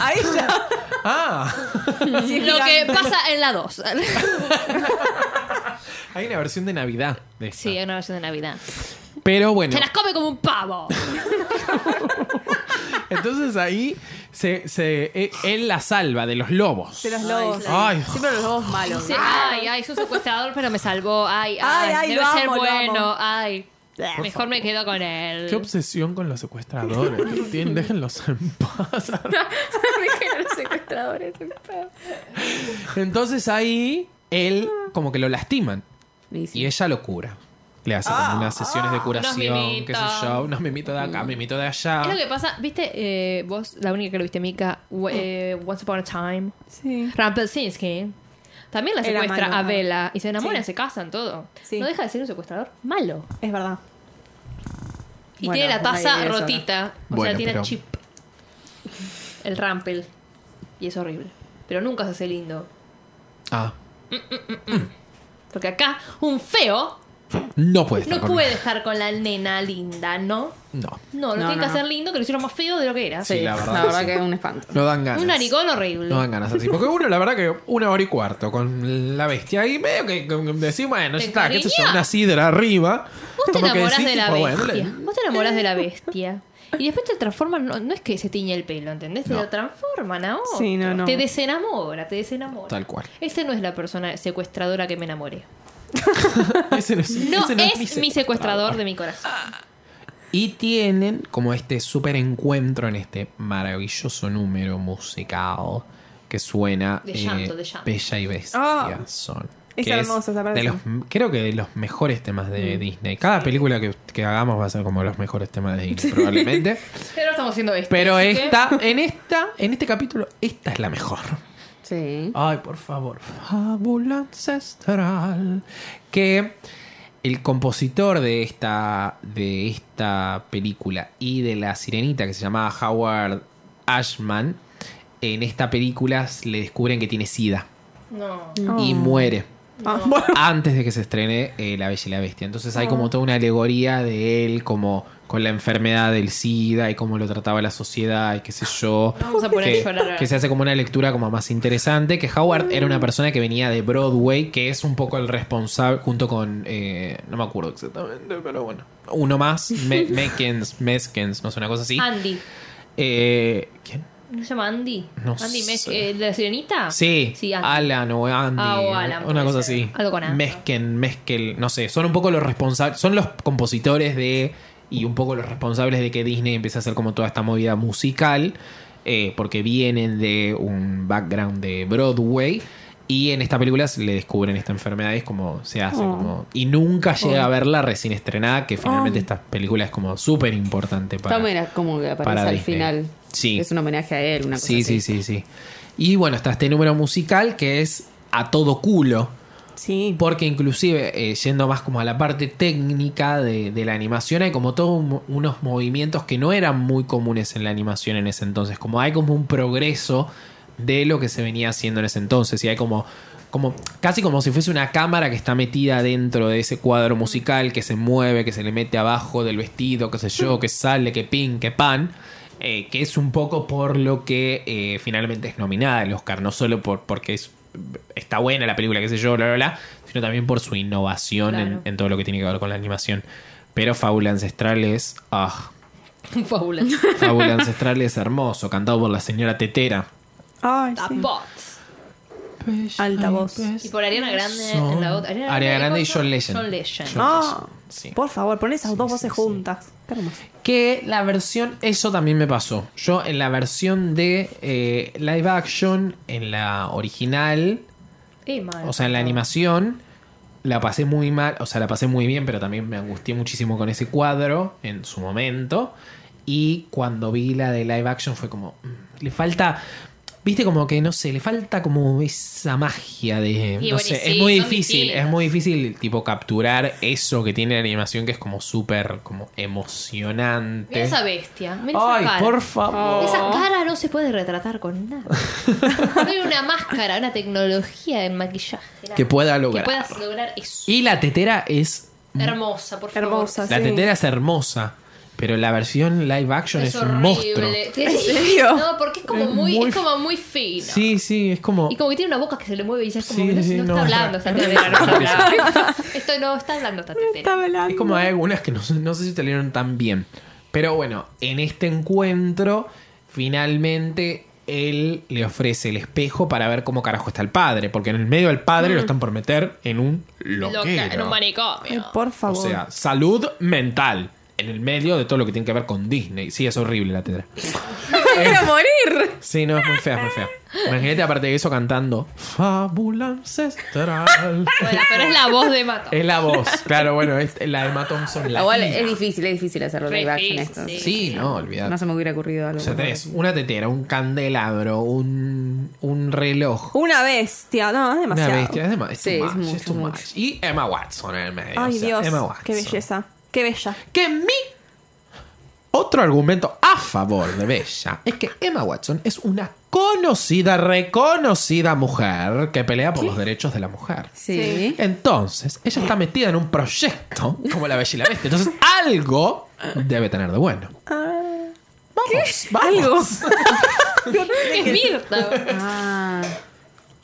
C: A ella.
E: Ah,
C: Sí, es
D: Lo que
C: gigante.
D: pasa en la 2.
E: hay una versión de Navidad de esta.
D: sí, eh. es una versión de Navidad.
E: Pero bueno.
D: Se las come como un pavo.
E: Entonces ahí se, se- eh, él la salva de los lobos.
C: De los lobos.
E: Ay.
C: Siempre los lobos malos.
D: Dice, ay, ay, es un secuestrador, pero me salvó. Ay, ay,
C: Ay, ay,
D: debe
C: lo
D: ser
C: amo, lo
D: bueno.
C: amo.
D: Ay, mejor me quedo con él.
E: Qué obsesión con los secuestradores. que tienen, déjenlos en paz.
B: los secuestradores.
E: Entonces ahí él como que lo lastiman
B: Y
E: y
B: sí.
E: ella lo cura. Le hace como unas sesiones de
D: Ah, unos
E: curación,
D: mimitos.
E: qué sé yo, unos mimitos de acá, mimitos de
D: Es lo
E: allá.
D: que pasa, viste, eh, vos, la única que lo viste, Mika, w- eh, Once Upon a Time,
C: Sí.
D: Rampelsinski, también la
C: Era
D: secuestra
C: malo.
D: a Bella y se enamoran,
C: Sí.
D: se casan, todo.
C: Sí.
D: No deja de ser un secuestrador malo.
C: Es verdad.
D: Y
C: Bueno,
D: tiene la
C: por ahí
D: taza
C: eso, ¿no?
D: rotita, o
E: Bueno,
D: sea, tiene
E: pero-
D: chip. El Rampel. Y es horrible. Pero nunca se hace lindo.
E: Ah,
D: Porque acá un feo
E: no puede estar
D: no
E: con-
D: puede dejar con la nena linda, ¿no?
E: No.
D: No, lo
B: No,
D: tiene
B: no,
D: que hacer lindo, que lo hicieron más feo de lo que era.
E: Sí, la verdad.
B: La
E: que
B: verdad
E: sí.
B: que es un espanto.
E: No dan ganas.
D: Un narigón horrible.
E: No dan ganas así. Porque uno, la verdad, que una hora y cuarto con la bestia. Y medio que, que- que decís, bueno, ya
D: ¿Te
E: está, qué sé yo,
D: encariñas?
E: una sidra arriba.
D: Vos te
E: Como que
D: enamorás
E: decís,
D: de la
E: tipo, bueno,
D: bestia.
E: le-
D: Vos te enamorás de la bestia. Y después te transforman, no, no es que se tiñe el pelo, ¿entendés? Te
E: No.
D: lo transforman a otro.
C: Sí, no, no.
D: Te desenamora, te desenamora.
E: Tal cual.
D: Esa no es la persona secuestradora que me enamoré.
E: Ese es-
D: No
E: ese
D: es,
E: mi
D: mi secuestrador de mi corazón.
C: Ah.
E: Y tienen como este super encuentro en este maravilloso número musical que suena eh,
D: De llanto, de llanto.
E: Bella y Bestia
C: Ah.
E: son.
C: Es
E: que
C: hermoso esa
E: de
C: parte.
E: los, Creo que de los mejores temas
D: Mm.
E: de Disney. Cada película que, que hagamos va a ser como los mejores temas de Disney, probablemente.
D: Pero estamos haciendo esto.
E: Pero
D: así que-
E: esta, en esta, en este capítulo, esta es la mejor.
B: Sí.
E: Ay, por favor. Fábula ancestral. Que el compositor de esta, de esta película y de la sirenita que se llamaba Howard Ashman, en esta película le descubren que tiene sida
D: No.
E: y muere.
C: Ah, bueno.
E: antes de que se estrene eh, La Bella y la Bestia. Entonces hay como toda una alegoría de él como con la enfermedad del SIDA y cómo lo trataba la sociedad y qué sé yo.
D: Vamos a poner
E: que,
D: a llorar.
E: que se hace como una lectura como más interesante, que Howard era una persona que venía de Broadway, que es un poco el responsable junto con, eh, no me acuerdo exactamente, pero bueno, uno más, Me- Mekins, Meskins, no sé, una cosa así.
D: Andy.
E: Eh, ¿Quién?
D: ¿No se llama Andy?
E: No
D: Andy
E: sé.
D: Mes- eh, ¿La sirenita?
E: Sí,
D: Sí, Andy.
E: Alan o Andy.
D: Ah, o Alan,
E: una
D: puede
E: cosa
D: ser.
E: así.
D: Algo con Alan.
E: Mesken, Meskel, no sé. Son un poco los responsables. Son los compositores de. Y un poco los responsables de que Disney empiece a hacer como toda esta movida musical. eh, porque vienen de un background de Broadway. Y en esta película se le descubren esta enfermedad y es como se hace.
D: Oh.
E: Como, y nunca llega a verla recién estrenada, que
D: Oh.
E: finalmente esta película es como súper importante para.
B: Toma, era como que
E: para
B: aparece al
E: Disney.
B: final.
E: Sí.
B: Es un homenaje a él, una cosa
E: Sí, sí, sí,
B: así.
E: sí. Y bueno, está este número musical que es a todo culo.
C: Sí.
E: Porque inclusive, eh, yendo más como a la parte técnica de, de la animación, hay como todos unos movimientos que no eran muy comunes en la animación en ese entonces. Como hay como un progreso de lo que se venía haciendo en ese entonces. Y hay como. Como, casi como si fuese una cámara que está metida dentro de ese cuadro musical, que se mueve, que se le mete abajo del vestido, qué sé yo, que sale, que pin, que pan, eh, que es un poco por lo que eh, finalmente es nominada el Oscar, no solo por, porque es está buena la película, qué sé yo, bla, bla, bla, sino también por su innovación en,
D: Claro.
E: en todo lo que tiene que ver con la animación. Pero Fábula Ancestral es. Ah,
D: Fábula.
E: Fábula Ancestral es hermoso, cantado por la señora Tetera.
C: Ay,
D: La
C: sí.
D: Bots.
C: Ah, Alta voz.
D: Y por Ariana Grande en la otra.
E: Ariana Grande y
D: cosa?
E: John Legend.
D: John Legend.
E: John-
C: Ah,
E: Sí.
C: Por favor, pon esas dos voces juntas. Qué hermoso.
E: Que la versión. Eso también me pasó. Yo en la versión de eh, live action, en la original,
D: Eh, madre.
E: o sea, en la animación. La pasé muy mal, o sea, la pasé muy bien, pero también me angustié muchísimo con ese cuadro en su momento. Y cuando vi la de live action fue como, mm, le falta, viste como que, no sé, le falta como esa magia de...
D: Y
E: no
D: bueno,
E: sé,
D: y sí,
E: es muy
D: son
E: difícil,
D: distintas.
E: es muy difícil tipo capturar eso que tiene la animación que es como súper, como emocionante.
D: Mira esa bestia. Mira
E: eh. Ay,
D: esa cara.
E: por favor.
D: Esa cara no se puede retratar con nada. No hay una máscara, una tecnología en maquillaje. nada.
E: Que pueda
D: Que
E: lograr.
D: puedas lograr eso.
E: Y la tetera es
D: Hermosa, por favor.
C: Hermosa,
E: La
C: sí.
E: tetera es hermosa, pero la versión live action es,
D: Es
E: un monstruo.
D: horrible.
C: ¿En serio?
D: No, porque es como
E: Es
D: muy,
E: muy-
D: es como muy fina.
E: Sí, sí, es como.
D: Y como que tiene una boca que se le mueve y ya es como
E: Sí,
D: que no,
E: sí,
D: no
E: no.
D: está hablando esta tetera. no está hablando. Esto no está hablando esta tetera.
E: Es como hay algunas que no, sé- no sé si salieron tan bien. Pero bueno, en este encuentro, finalmente él le ofrece el espejo para ver cómo carajo está el padre. Porque en el medio del padre lo están por meter en un
D: Mm. Loca, en
E: loquero.
D: un
C: Ay,
D: manicomio.
C: por
E: o
C: favor.
E: sea, salud mental. En el medio de todo lo que tiene que ver con Disney. Sí, es horrible la tetera.
B: ¡Quiero morir!
E: Sí, no, es muy fea, es muy fea. Imagínate aparte de eso cantando Fábula ancestral.
D: Bueno, pero es la voz de Mato.
E: Es la voz. Claro, bueno, es la de Emma Thompson. La
B: Igual
E: tira.
B: es difícil, es difícil hacerlo
D: Re
B: live action
D: difícil,
B: esto.
D: sí.
E: Sí, no, olvidate.
B: No se me hubiera ocurrido
E: o
B: algo.
E: sea,
B: por
E: tenés una tetera, un candelabro, un, un reloj.
C: Una bestia. No, es
E: Una
C: demasiado.
E: bestia, es demasiado. Es
B: Sí,
E: too
B: es
E: much,
B: mucho,
E: es too
B: mucho.
E: much. Y Emma Watson en el medio.
C: Ay,
E: o sea,
C: Dios.
E: Emma Watson.
C: Qué belleza. Qué bella.
E: Que mi. Otro argumento a favor de Bella es que Emma Watson es una conocida, reconocida mujer que pelea por los derechos de la mujer.
B: Sí.
E: Entonces, ella está metida en un proyecto como la Bella y la Bestia. Entonces, algo debe tener de bueno. Vamos, vamos.
D: Es Mirta.
B: Ah,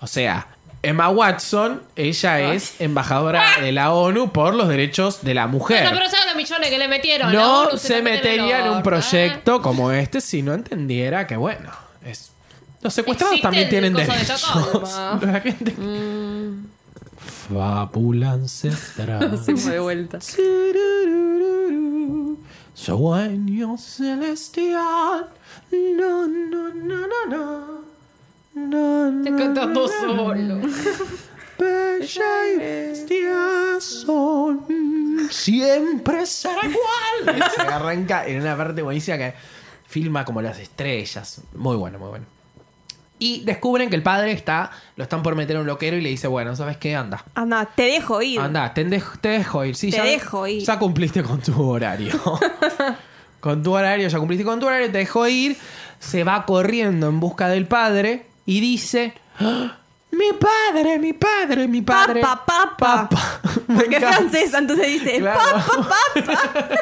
E: O sea, Emma Watson, ella es embajadora de la ONU por los derechos de la mujer.
D: No, pero ¿sabes los millones que le metieron? La
E: No
D: ONU
E: se
D: la meten el
E: metería en un
D: orto,
E: proyecto como este si no entendiera que, bueno, es... Los secuestrados
D: Existe
E: también
D: el
E: tienen
D: coso de Mm.
E: derechos.
D: Estocolmo.
E: La gente... Fábula ancestral.
B: de vuelta.
E: Sueño celestial. No, no, no, no, no. No,
D: ¿eh?
E: no,
D: Te cantas
E: no,
D: todo
E: no, no.
D: solo.
E: Bella y bestia son. Siempre será igual. Se arranca en una parte buenísima que filma como las estrellas. Muy bueno, muy bueno. Y descubren que el padre está. Lo están por meter a un loquero y le dice: Bueno, ¿sabes qué? Anda.
C: Anda, te dejo ir.
E: Andá, te, dej- te dejo ir. Sí,
C: Te
E: ya,
C: dejo ir.
E: Ya cumpliste con tu horario. con tu horario, ya cumpliste con tu horario, te dejó ir. Se va corriendo en busca del padre y dice: "¡Ah! Mi padre, mi padre, mi padre.
C: Papa, papa.
E: Papa. Me
C: Porque es
E: encanta.
C: francesa, entonces dice
E: Claro.
C: papa, papa.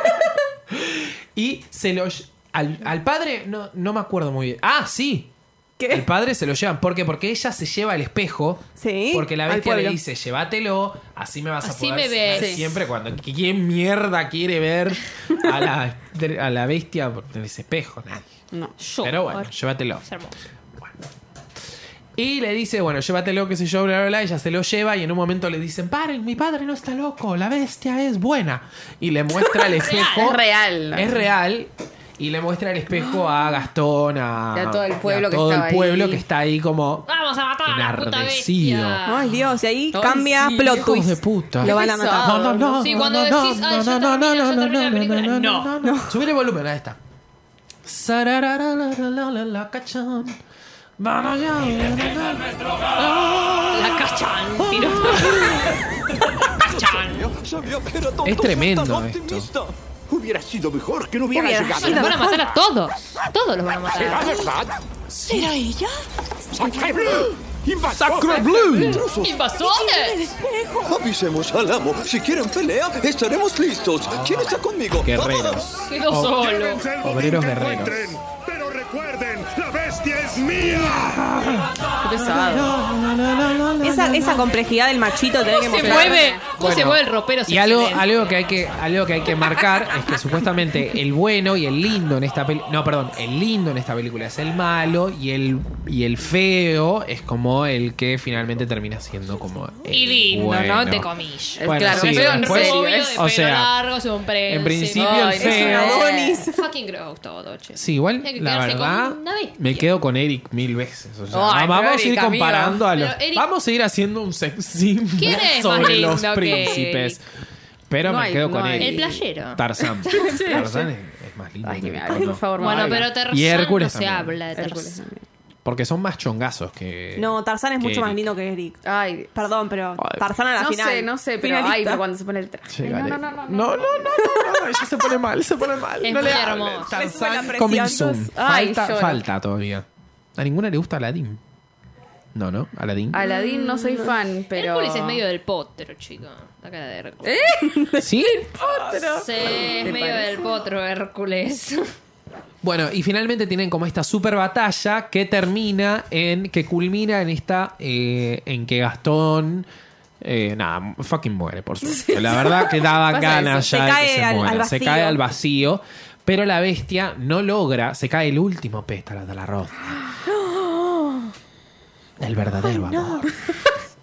E: Y se lo. lle- Al, al padre, no, no me acuerdo muy bien. Ah, sí.
C: ¿Qué?
E: El padre se lo llevan. ¿Por qué? Porque ella se lleva el espejo.
C: Sí,
E: Porque la
C: al
E: bestia le
C: pueblo.
E: dice, llévatelo, así me vas a
D: Así
E: poder
D: me ves".
E: ver
D: Sí.
E: siempre. Cuando ¿Quién mierda quiere ver a la, a la bestia en ese espejo? Nadie.
B: No.
D: Yo.
E: Pero bueno,
D: Ahora,
E: llévatelo.
D: es hermoso.
E: Y le dice, bueno, llévatelo, qué sé yo, bla, bla, bla. Ella se lo lleva y en un momento le dicen, paren, mi padre no está loco, la bestia es buena. Y le muestra el espejo.
B: Es real.
E: Es real. Y le muestra el espejo a Gastón, a,
B: Y a todo el
E: y a
B: pueblo que
E: todo el
B: estaba
E: pueblo
B: ahí. Ah,
E: que está ahí como
D: Vamos a matar a la puta
E: Enardecido.
D: bestia.
C: Ay, Dios, y ahí cambia
E: sí,
C: plot
E: hijos
C: twist.
E: de puta.
C: Lo van a matar.
E: No, no, no.
D: Sí,
E: no,
D: cuando
E: no,
D: decís,
E: no,
D: "Ay,
E: no,
D: ya
E: no,
D: termina,
E: no,
D: ya
E: no,
D: termina
E: no,
D: la película".
E: no,
D: No.
E: no, no, no. Subir el volumen, ahí está. Sarararararala, cachán. Van allá.
D: La cachan. tiro. cachan.
E: Es tremendo esto.
G: Hubiera sido mejor que no hubiera,
C: Hubiera
G: llegado.
D: Y los van a matar a todos. Todos los van a
G: ¿Será
D: matar.
G: verdad?
F: ¿Será ella?
G: ¡Sacre Bleu! ¡Invasor!
E: Sacre Bleu.
D: ¡Invasores!
H: Avisemos al amo. Si quieren pelea, estaremos listos. ¿Quién está conmigo?
E: Guerreros.
D: Quedó solo.
E: Obreros guerreros.
G: Pero recuerden, la bestia es mía.
B: Qué pesado.
C: Esa, esa complejidad del machito tiene que
D: Se
C: mostrar.
D: mueve. ¿Cómo se mueve el ropero?
E: Y algo,
D: sexy.
E: algo, que hay que, algo que hay que marcar es que supuestamente el bueno y el lindo en esta película. No, perdón, el lindo en esta película es el malo y el, y el feo es como el que finalmente termina siendo como. El
D: Y lindo,
E: bueno.
D: ¿no? Te comillas.
B: Bueno, Claro, sí, pero en
E: después-
B: serio,
D: Rubio, de
B: es-
D: pelo
E: o sea,
D: largo, sombrero.
E: en principio
B: Ay,
E: el
B: es una
E: feo.
B: bola.
C: Adonis.
D: Fucking gross todo, che.
E: Sí, igual,
D: Hay que
E: la
D: quedarse
E: verdad,
D: con una bestia.
E: me quedo con Eric mil veces. o sea,
B: Ay, pero
E: vamos a ir
B: Eric, amigo.
E: comparando a los.
D: Pero Eric-
E: Vamos a ir haciendo un sex symbol
D: ¿Quién es más
E: sobre
D: lindo
E: los
D: que
E: príncipes. Pero
B: No
E: me
B: hay-
E: quedo
B: no
E: con
B: hay-
E: Eric.
D: El playero.
E: Tarzán. Tarzán es, es más lindo.
B: Ay,
E: que
B: que me
E: Eric,
B: hable,
E: ¿no?
B: por favor.
D: Bueno,
B: no.
D: pero Tarzán
E: Y Hércules
D: no se
E: también.
D: habla de
B: Hércules
D: Tarzán.
B: también.
E: Porque son más chongazos que.
C: No, Tarzán es
E: que
C: mucho más
E: Eric.
C: lindo que Eric.
B: Ay,
C: Perdón, pero
E: Ay.
C: Tarzán
D: Ah,
C: a la
B: no
C: final.
B: sé, no sé, pero ay,
C: Finalista.
B: pero cuando se pone el traje.
E: Sí,
B: Ay,
E: vale.
B: no, no, no, no.
E: no, no, no, no, ella se pone mal, se pone mal.
D: Es
E: no le
D: muy
E: hablen.
D: hermoso.
C: Me sube
E: Tarzán
C: la
E: coming
C: presión.
E: soon.
B: Ay,
E: Falta,
B: lloro.
E: falta todavía. A ninguna le gusta Aladdin. No, no, Aladdin.
B: Aladdin no soy fan, pero. ¿Eh?
D: Hércules es medio del potro, chico. La cara de Hércules.
E: ¿Sí?
D: Sí, es medio
B: parece?
D: del potro, Hércules.
E: Bueno, y finalmente tienen como esta super batalla que termina en. que culmina en esta. eh, en que Gastón. eh, nada, fucking muere, por suerte. La verdad que daba
C: Pasa
E: ganas
C: eso,
E: ya
C: se
E: de que
C: cae
E: se
C: al-
E: muera.
C: al
E: se
C: vacío.
E: cae al vacío. Pero la bestia no logra. Se cae el último pétalo del arroz. El verdadero amor.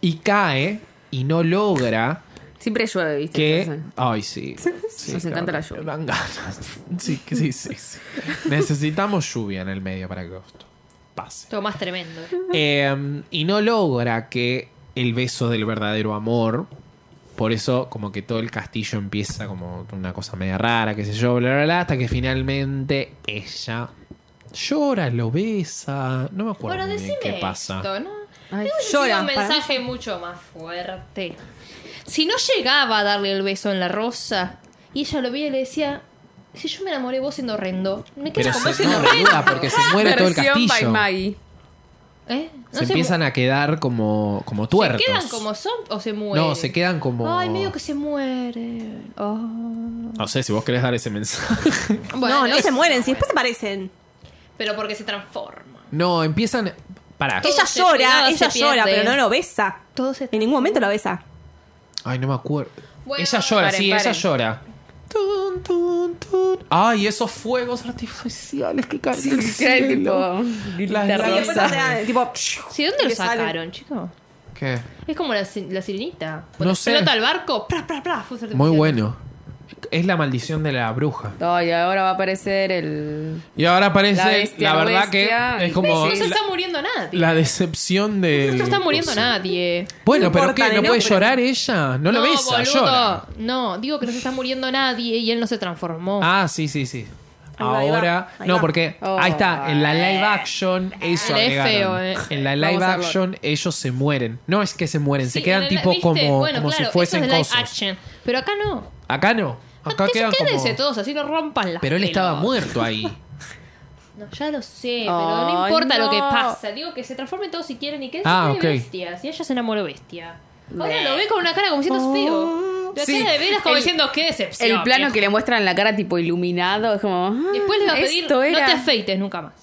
E: Y cae y no logra
B: Siempre llueve, ¿viste?
E: que
B: Entonces,
E: ay sí, sí
B: Nos encanta la lluvia.
E: dan ganas. sí que- sí sí, sí. necesitamos lluvia en el medio para que esto pase
D: Todo más tremendo.
E: Eh, y no logra que el beso del verdadero amor por eso como que todo el castillo empieza como una cosa media rara qué sé yo bla bla bla hasta que finalmente ella llora lo besa no me acuerdo
D: Bueno,
E: muy bien
D: decime
E: qué pasa
D: esto, ¿no?
B: Ay,
D: Llora.
C: Llora,
D: Un
C: para-
D: mensaje mucho más fuerte. Si no llegaba a darle el beso en la rosa y ella lo veía y le decía, si yo me enamoré vos siendo horrendo, me quedo
E: pero
D: con vos
E: se,
D: siendo
E: no,
D: horrendo.
E: boluda, porque se muere todo el
B: ¡Ah! Versión by
E: castillo
B: Maggie.
D: ¿Eh? No
E: se empiezan a quedar como, como tuertos.
D: ¿Se quedan como son o se mueren?
E: No, se quedan como-
D: Ay, medio que se mueren. Oh.
E: No sé si vos querés dar ese mensaje.
D: Bueno,
C: no, no se mueren, si después aparecen.
D: Pero porque se transforman.
E: No, empiezan. Pará.
D: Todo
C: Ella
D: se
C: llora,
D: cuidaba,
C: ella
D: se
C: llora,
D: pierde.
C: pero no lo besa.
D: Todo se
C: En ningún momento lo besa.
E: Ay, no me acuerdo.
D: Bueno,
E: ella llora,
B: paren,
E: sí,
B: paren.
E: ella llora. Tun, tun, tun. Ay, esos fuegos artificiales que caen. del
B: Que
E: cielo.
B: tipo,
E: Las
B: guitarra.
C: Y
E: Rosa.
C: después hacen, tipo.
D: ¿Sí, ¿Dónde
C: y
D: lo
C: que salen.
D: sacaron, chicos?
E: ¿Qué?
D: Es como la, si- la sirenita.
E: No sé.
D: Pelota al barco. Pra, pra, pra, fuegos
E: Muy
D: artificiales.
E: bueno. Es la maldición de la bruja.
B: Ay, ahora va a aparecer el.
E: Y ahora parece, la,
B: La bestia, no
E: verdad
B: bestia.
E: que es como
D: No se
E: la,
D: está muriendo nadie.
E: la decepción de.
D: No se está muriendo
E: no sé.
D: nadie.
E: Bueno,
C: No
E: pero
C: importa,
E: ¿qué? ¿No
C: nene,
E: puede
C: pero-
E: llorar ella? No lo besa,
D: boludo.
E: llora.
D: No, digo que no se está muriendo nadie y él no se transformó.
E: Ah, sí, sí, sí.
C: Ahí va, ahí va,
E: Ahora,
C: ahí
E: no,
C: va. eh.
E: porque
B: Oh.
E: ahí está, en la live action, eso
D: Le es
E: agregaron.
D: feo, eh.
E: En la
B: Vamos
E: live
B: a verlo.
E: action, ellos se mueren. No es que se mueren, se
D: Sí,
E: quedan
D: en el-
E: tipo
D: ¿viste?
E: como,
D: Bueno,
E: como
D: claro,
E: si fuesen
D: eso es live
E: cosas.
D: action. Pero acá no.
E: Acá no, acá
D: Acá
E: quedan
D: quédense
E: como...
D: todos, así no rompan las
E: Pero él estaba
D: pelotas.
E: muerto ahí.
D: No, ya lo sé, pero no
B: Ay,
D: importa lo que
B: no.
D: pasa. Digo que se transformen todos si quieren y que él se
E: Ah,
D: quede
E: ok.
D: bestia. Si ella se enamoró bestia. Ahora lo ve con una cara como diciendo es
E: Ah,
D: feo. La
B: Sí,
D: cara de veras como
B: el-
D: diciendo qué decepción.
B: El plano
D: viejo".
B: que le muestran la cara tipo iluminado es como. ah,
D: Después le va a pedir
B: esto era...
D: no te afeites nunca más.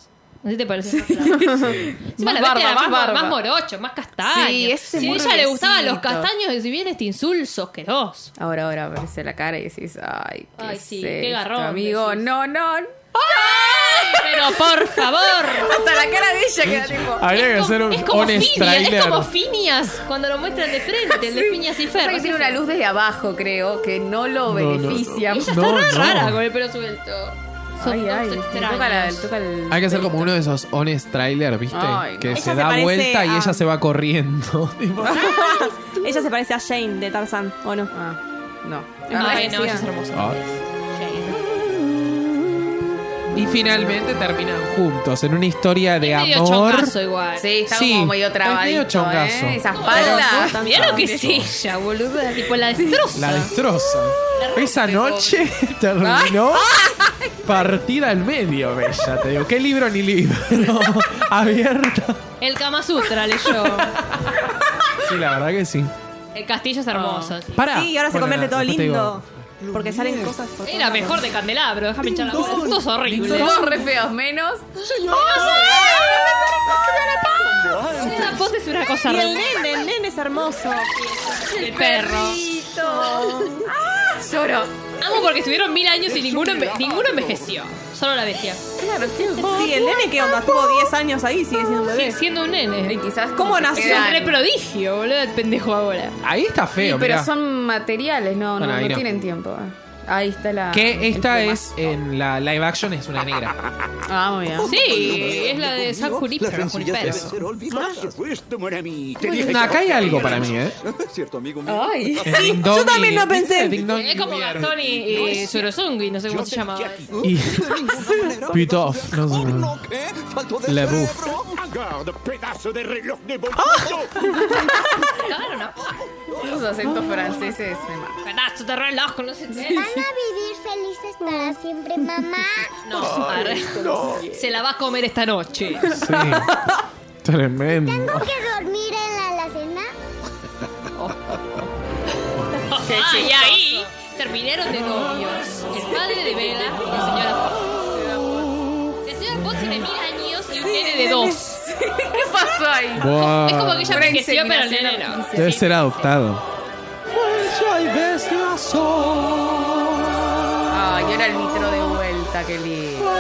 D: ¿Así te parece? Más, claro. Encima
B: Más
D: la bestia
B: barba,
D: era más,
B: más barba.
D: más morocho, más castaño.
B: Sí, ese
D: si a
B: muy
D: ella le gustaban los
B: rubiecito.
D: castaños, y si bien este insulso, asqueroso.
B: Ahora, ahora aparece la cara y decís, ay, qué,
D: Ay,
B: es
D: sí, qué
B: esto,
D: garrón,
B: Amigo,
D: decís.
B: no, no.
D: Pero por favor.
B: Hasta la cara de ella queda tipo.
E: Habría que
D: Es
E: hacer
D: como-
E: un
D: es como
E: honest
D: Phineas,
E: trailer.
D: Es como Phineas cuando lo muestran de frente, el de Phineas y Fer.
B: Pasa que tiene una luz desde abajo, creo, que no lo
E: no,
B: beneficia.
D: Y Ella
E: No,
D: está re
E: no.
D: rara con el pelo suelto. Son
B: Ay,
D: todos
B: ay,
D: extraños.
B: toca la- toca el
E: Hay que hacer
B: pelito.
E: como uno de esos honest trailer, ¿viste?
B: Ay, no.
E: Que
B: Ella
E: se
B: se
E: da
C: parece
E: vuelta y
C: a-
E: ella se va corriendo. Tipo,
C: Ella se parece a Jane de Tarzan, ¿o no?
B: Ah, no.
D: Ay, no, ella es
B: sí,
D: hermosa.
E: ay.
D: Es
E: Y finalmente terminan juntos en una historia de
D: medio
E: amor.
D: chongazo igual.
B: Sí, está
E: Sí,
B: como medio
E: es medio
B: trabadito,
E: chongazo.
B: ¿eh? Esa
D: Pero,
B: espalda.
D: Mirá Ah, lo que es ella, boluda. Tipo la destroza.
E: La destroza. Esa noche terminó partida al medio, Bella. Te digo, ¿qué libro ni libro? Abierta.
D: El Kama Sutra leyó.
E: Sí, la verdad que sí.
D: El castillo es
C: Ah.
D: hermoso. sí.
E: Para.
C: Sí, ahora se convierte todo lindo. Porque salen
E: Lumière.
C: cosas por todos
D: Era
C: lados.
D: mejor de candelabro, déjame echar la bola. Todos horribles.
B: Son todos re feos, menos.
D: La pose es una cosa
C: Y el
D: re...
C: nene, el nene es hermoso.
D: El perro.
B: Ah, Lloro.
D: Amo porque estuvieron mil años y ninguno, enve- ninguno envejeció. Solo la bestia.
B: Claro,
C: Sí, el nene que onda, estuvo 10 años ahí, sigue siendo un
D: Sigue
C: bebé.
D: siendo un
B: Y
D: nene.
B: quizás
C: ¿Cómo
B: se
C: nació?
D: Es un
B: quedan.
D: re prodigio, boludo, el pendejo ahora.
E: Ahí está
B: Sí,
E: feo,
B: pero
E: mirá.
B: son materiales, no, no,
E: Bueno, ahí
B: no
E: no.
B: tienen tiempo. Ahí está la.
E: Que
B: el
E: esta
B: pluma.
E: es eh, en la live action, es una negra.
B: Ah, muy bien.
D: Sí, es la de San
H: Las
D: Junipero.
H: rencillas
D: Junipero. Ah.
H: deben ser olvidadas.
G: Por supuesto, mon ami. Te dije
E: No, acá hay
G: yo.
E: algo para mí, ¿eh?
H: Cierto, amigo mío.
B: Ay.
E: yo
C: también lo pensé.
D: Es como Gastón y, y Surozungi, no sé cómo se llamaba.
E: Y- Pit
H: Pitov,
E: off, no sé.
H: Faltó de
E: Le Bouffe.
H: cerebro.
G: Agarra, pedazo de reloj
D: ¡Ah!
G: de bolsillo.
D: Claro, no.
B: Los acentos franceses me matan.
D: Pedazo de reloj, no sé qué.
I: Van a vivir felices para siempre, mamá.
D: No, arre. se la va a comer esta noche.
E: Sí. Tremendo.
I: ¿Tengo que dormir en la alacena?
D: Ah, y ahí terminaron de novios. El padre de Vela y la señora Potts. La señora Potts tiene mil años y un nene de dos.
B: ¿Qué pasó ahí?
E: Wow.
D: Es como que ella
B: Una
D: envejeció, pero el nene
B: inseminación
D: no.
E: Debe ser adoptado. Pues
B: Ay, y ahora el mitro de vuelta, qué lindo.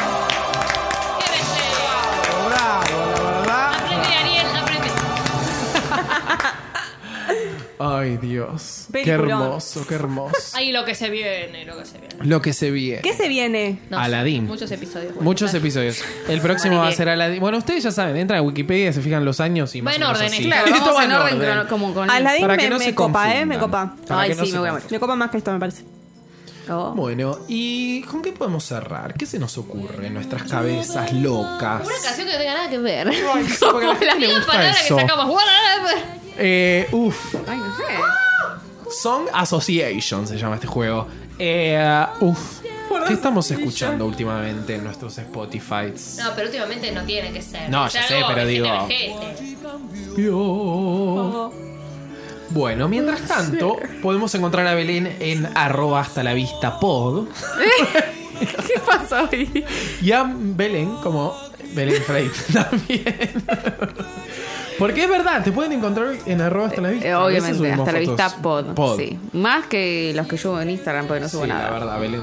D: ¡Qué belleza!
E: Bravo, la verdad.
D: Aprende, Ariel, aprende.
E: Ay, Dios. Qué
C: Peliculón.
E: hermoso, qué hermoso.
D: Ahí lo que se viene, lo que se viene.
E: Lo que se viene.
C: ¿Qué se viene?
D: No sé,
E: Aladín.
D: Muchos episodios.
E: Muchos episodios. El próximo va a ser Aladdin. Bueno, ustedes ya saben, entran a Wikipedia, se fijan los años y más
D: Va en
E: o menos
D: orden,
E: así.
D: claro,
B: Claro,
E: Esto
B: vamos
E: va
B: en orden, crono- como con.
C: Aladdin
E: Para que
C: me,
E: no
C: me
E: se
C: copa, ¿eh?
E: confundan.
C: Me copa.
E: Para
B: Ay,
E: que no
B: sí,
E: se
B: me voy a
E: confundan.
B: morir.
C: Me copa más que esto, me parece.
B: Oh.
E: Bueno, ¿y con qué podemos cerrar? ¿Qué se nos ocurre en nuestras cabezas locas?
D: Una canción que no tenga nada que ver.
E: Ay, sí, porque a la gente le
D: Diga
E: gusta
D: palabra que
E: eso.
D: sacamos.
E: Eh, uf,
B: Ay, no sé.
E: Song Association se llama este juego. Eh, uf, ¿qué estamos escuchando últimamente en nuestros Spotify?
D: No, pero últimamente no tiene que ser.
E: No,
D: Es
E: ya sé,
D: algo
E: pero
D: que
E: digo-
D: genere gente.
E: Bueno, mientras tanto, podemos encontrar a Belén en arroba hasta la vista pod
B: ¿Qué pasó ahí?
E: y a Belén como Belén Freight también. Porque es verdad, te pueden encontrar en arroba hasta la vista.
B: Eh,
E: A veces
B: obviamente,
E: subimos
B: hasta la
E: fotos.
B: vista pod,
E: Pod.
B: Sí. Más que los que yo en Instagram, porque no subo
E: Sí,
B: nada.
E: la verdad, Belén.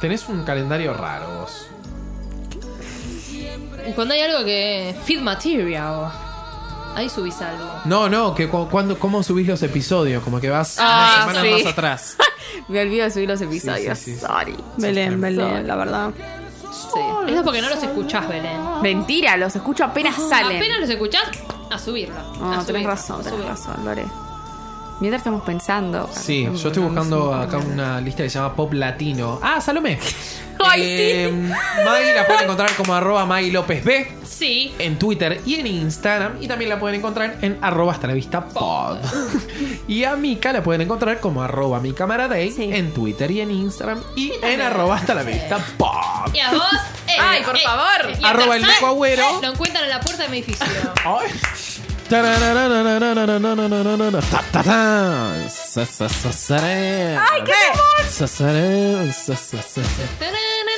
E: Tenés un calendario raro vos.
D: Y Cuando hay algo que. Feed material. Ahí subís algo.
E: No, no, que cu- cuando, cómo subís los episodios, como que vas
B: Ah,
E: unas semanas
B: sí.
E: más atrás.
B: Me olvido de subir los episodios.
E: sí, sí.
B: Sorry.
C: Belén, Belén, la verdad.
B: Sí.
D: Eso es porque no los escuchás, Belén.
B: Mentira, los escucho apenas salen.
D: Apenas los escuchás, a subirlo.
B: Ah,
D: a
B: tenés
D: subirlo, a
B: razón, tenés
D: subirlo.
B: razón, lo haré. Mientras estamos pensando.
E: Sí, yo estoy buscando acá una lista que se llama Pop Latino. Ah, Salomé.
B: Ay,
E: Eh, Maggie la pueden encontrar como arroba Maggie López B
D: Sí.
E: en Twitter y en Instagram. Y también la pueden encontrar en arroba hasta la vista pod. y a Mika la pueden encontrar como arroba mi
C: Sí.
E: en Twitter y en Instagram. Y en arroba hasta la vista pod.
D: Y a vos. eh,
C: Ay, por favor.
D: y a
E: Arroba el
D: Tarzán,
E: Nico Agüero.
D: Lo encuentran en la puerta de mi edificio.
E: Ay. Tarararararararararararara. Ta, ta, ta. Sa, sa, sa, saré. Sa, saré. Sa, sa, sa, sa.
D: Tararara.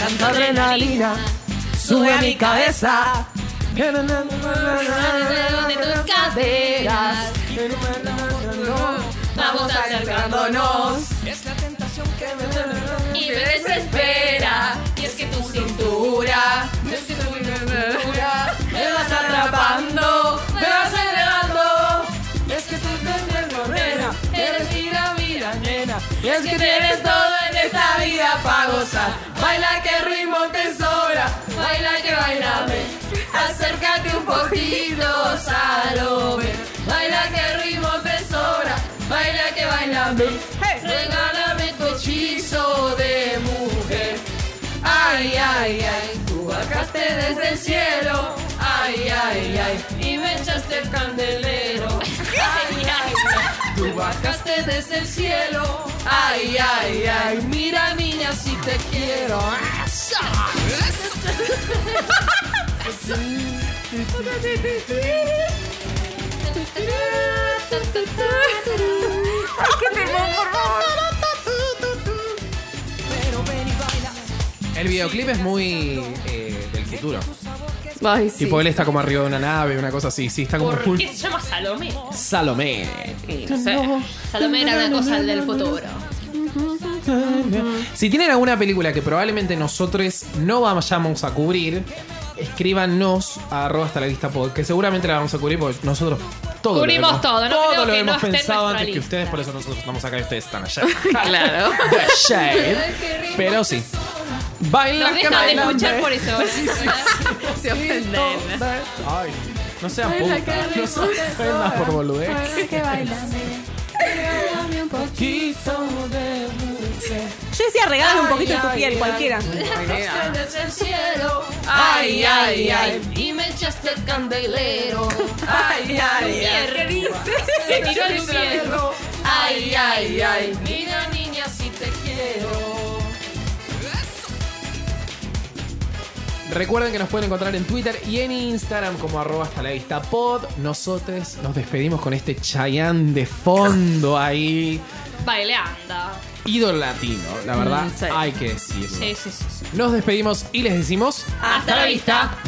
E: Tanta adrenalina sube a mi cabeza.
D: De tus caderas. Vamos acercándonos. Y me desespera. Y es que tu cintura. Me vas atrapando. Me vas elevando. Es que soy tu nena. Eres mira, mira, nena. Y es que tienes todo en esta vida pa' gozar. Baila que ritmo te sobra. Baila que bailame. Acércate un poquito, Salome. Baila que ritmo te sobra. Baila que bailame. Regálame tu hechizo de mujer. Ay, ay, ay. Tú bajaste desde el cielo. Ay, ay, ay. Y me echaste el candelero. Ay, ay, ay. Tú bajaste desde el cielo. Ay, ay, ay. Mira, niña, si te quiero.
E: El videoclip es muy eh, del futuro.
B: Ay, sí.
E: Tipo, él está como arriba de una nave, una cosa así. Sí, está como
D: ¿Por
E: full
D: qué se llama Salomé?
E: Salomé.
C: No sé.
D: Salomé era una cosa del futuro.
E: Si tienen alguna película que probablemente nosotros no vayamos a cubrir, escríbanos a arroba hasta la vista pod, que seguramente la vamos a cubrir porque nosotros todo lo
D: Cubrimos
E: hemos-
D: todo, no creo
E: lo
D: que no
E: hemos
D: esté en
E: pensado
D: nuestra
E: antes que
D: lista.
E: ustedes, por eso nosotros estamos acá y ustedes están allá.
C: Claro.
E: The shade. Pero sí. Baila
D: Nos
E: que
D: dejan de
E: baila,
D: escuchar
E: ve.
D: por eso.
C: Se ofenden.
E: Ay, no sean putas, no se ofendan por boludez.
C: Yo decía regálame un poquito de tu piel, cualquiera.
D: Ay, ay, ay. Y me echaste el candelero.
C: Ay, ay, ¿Qué dices?
D: Se tiró el cielo. Ay, ay, ay. Mira, niña, si te quiero.
E: Recuerden que nos pueden encontrar en Twitter y en Instagram como arroba hasta la vista pod. Nosotros nos despedimos con este Chayanne de fondo ahí.
D: Baileando.
E: Ídolo latino, la verdad,
C: Mm, sí.
E: hay que decirlo.
D: Sí, sí, sí. sí.
E: Nos despedimos y les decimos...
D: Hasta la vista.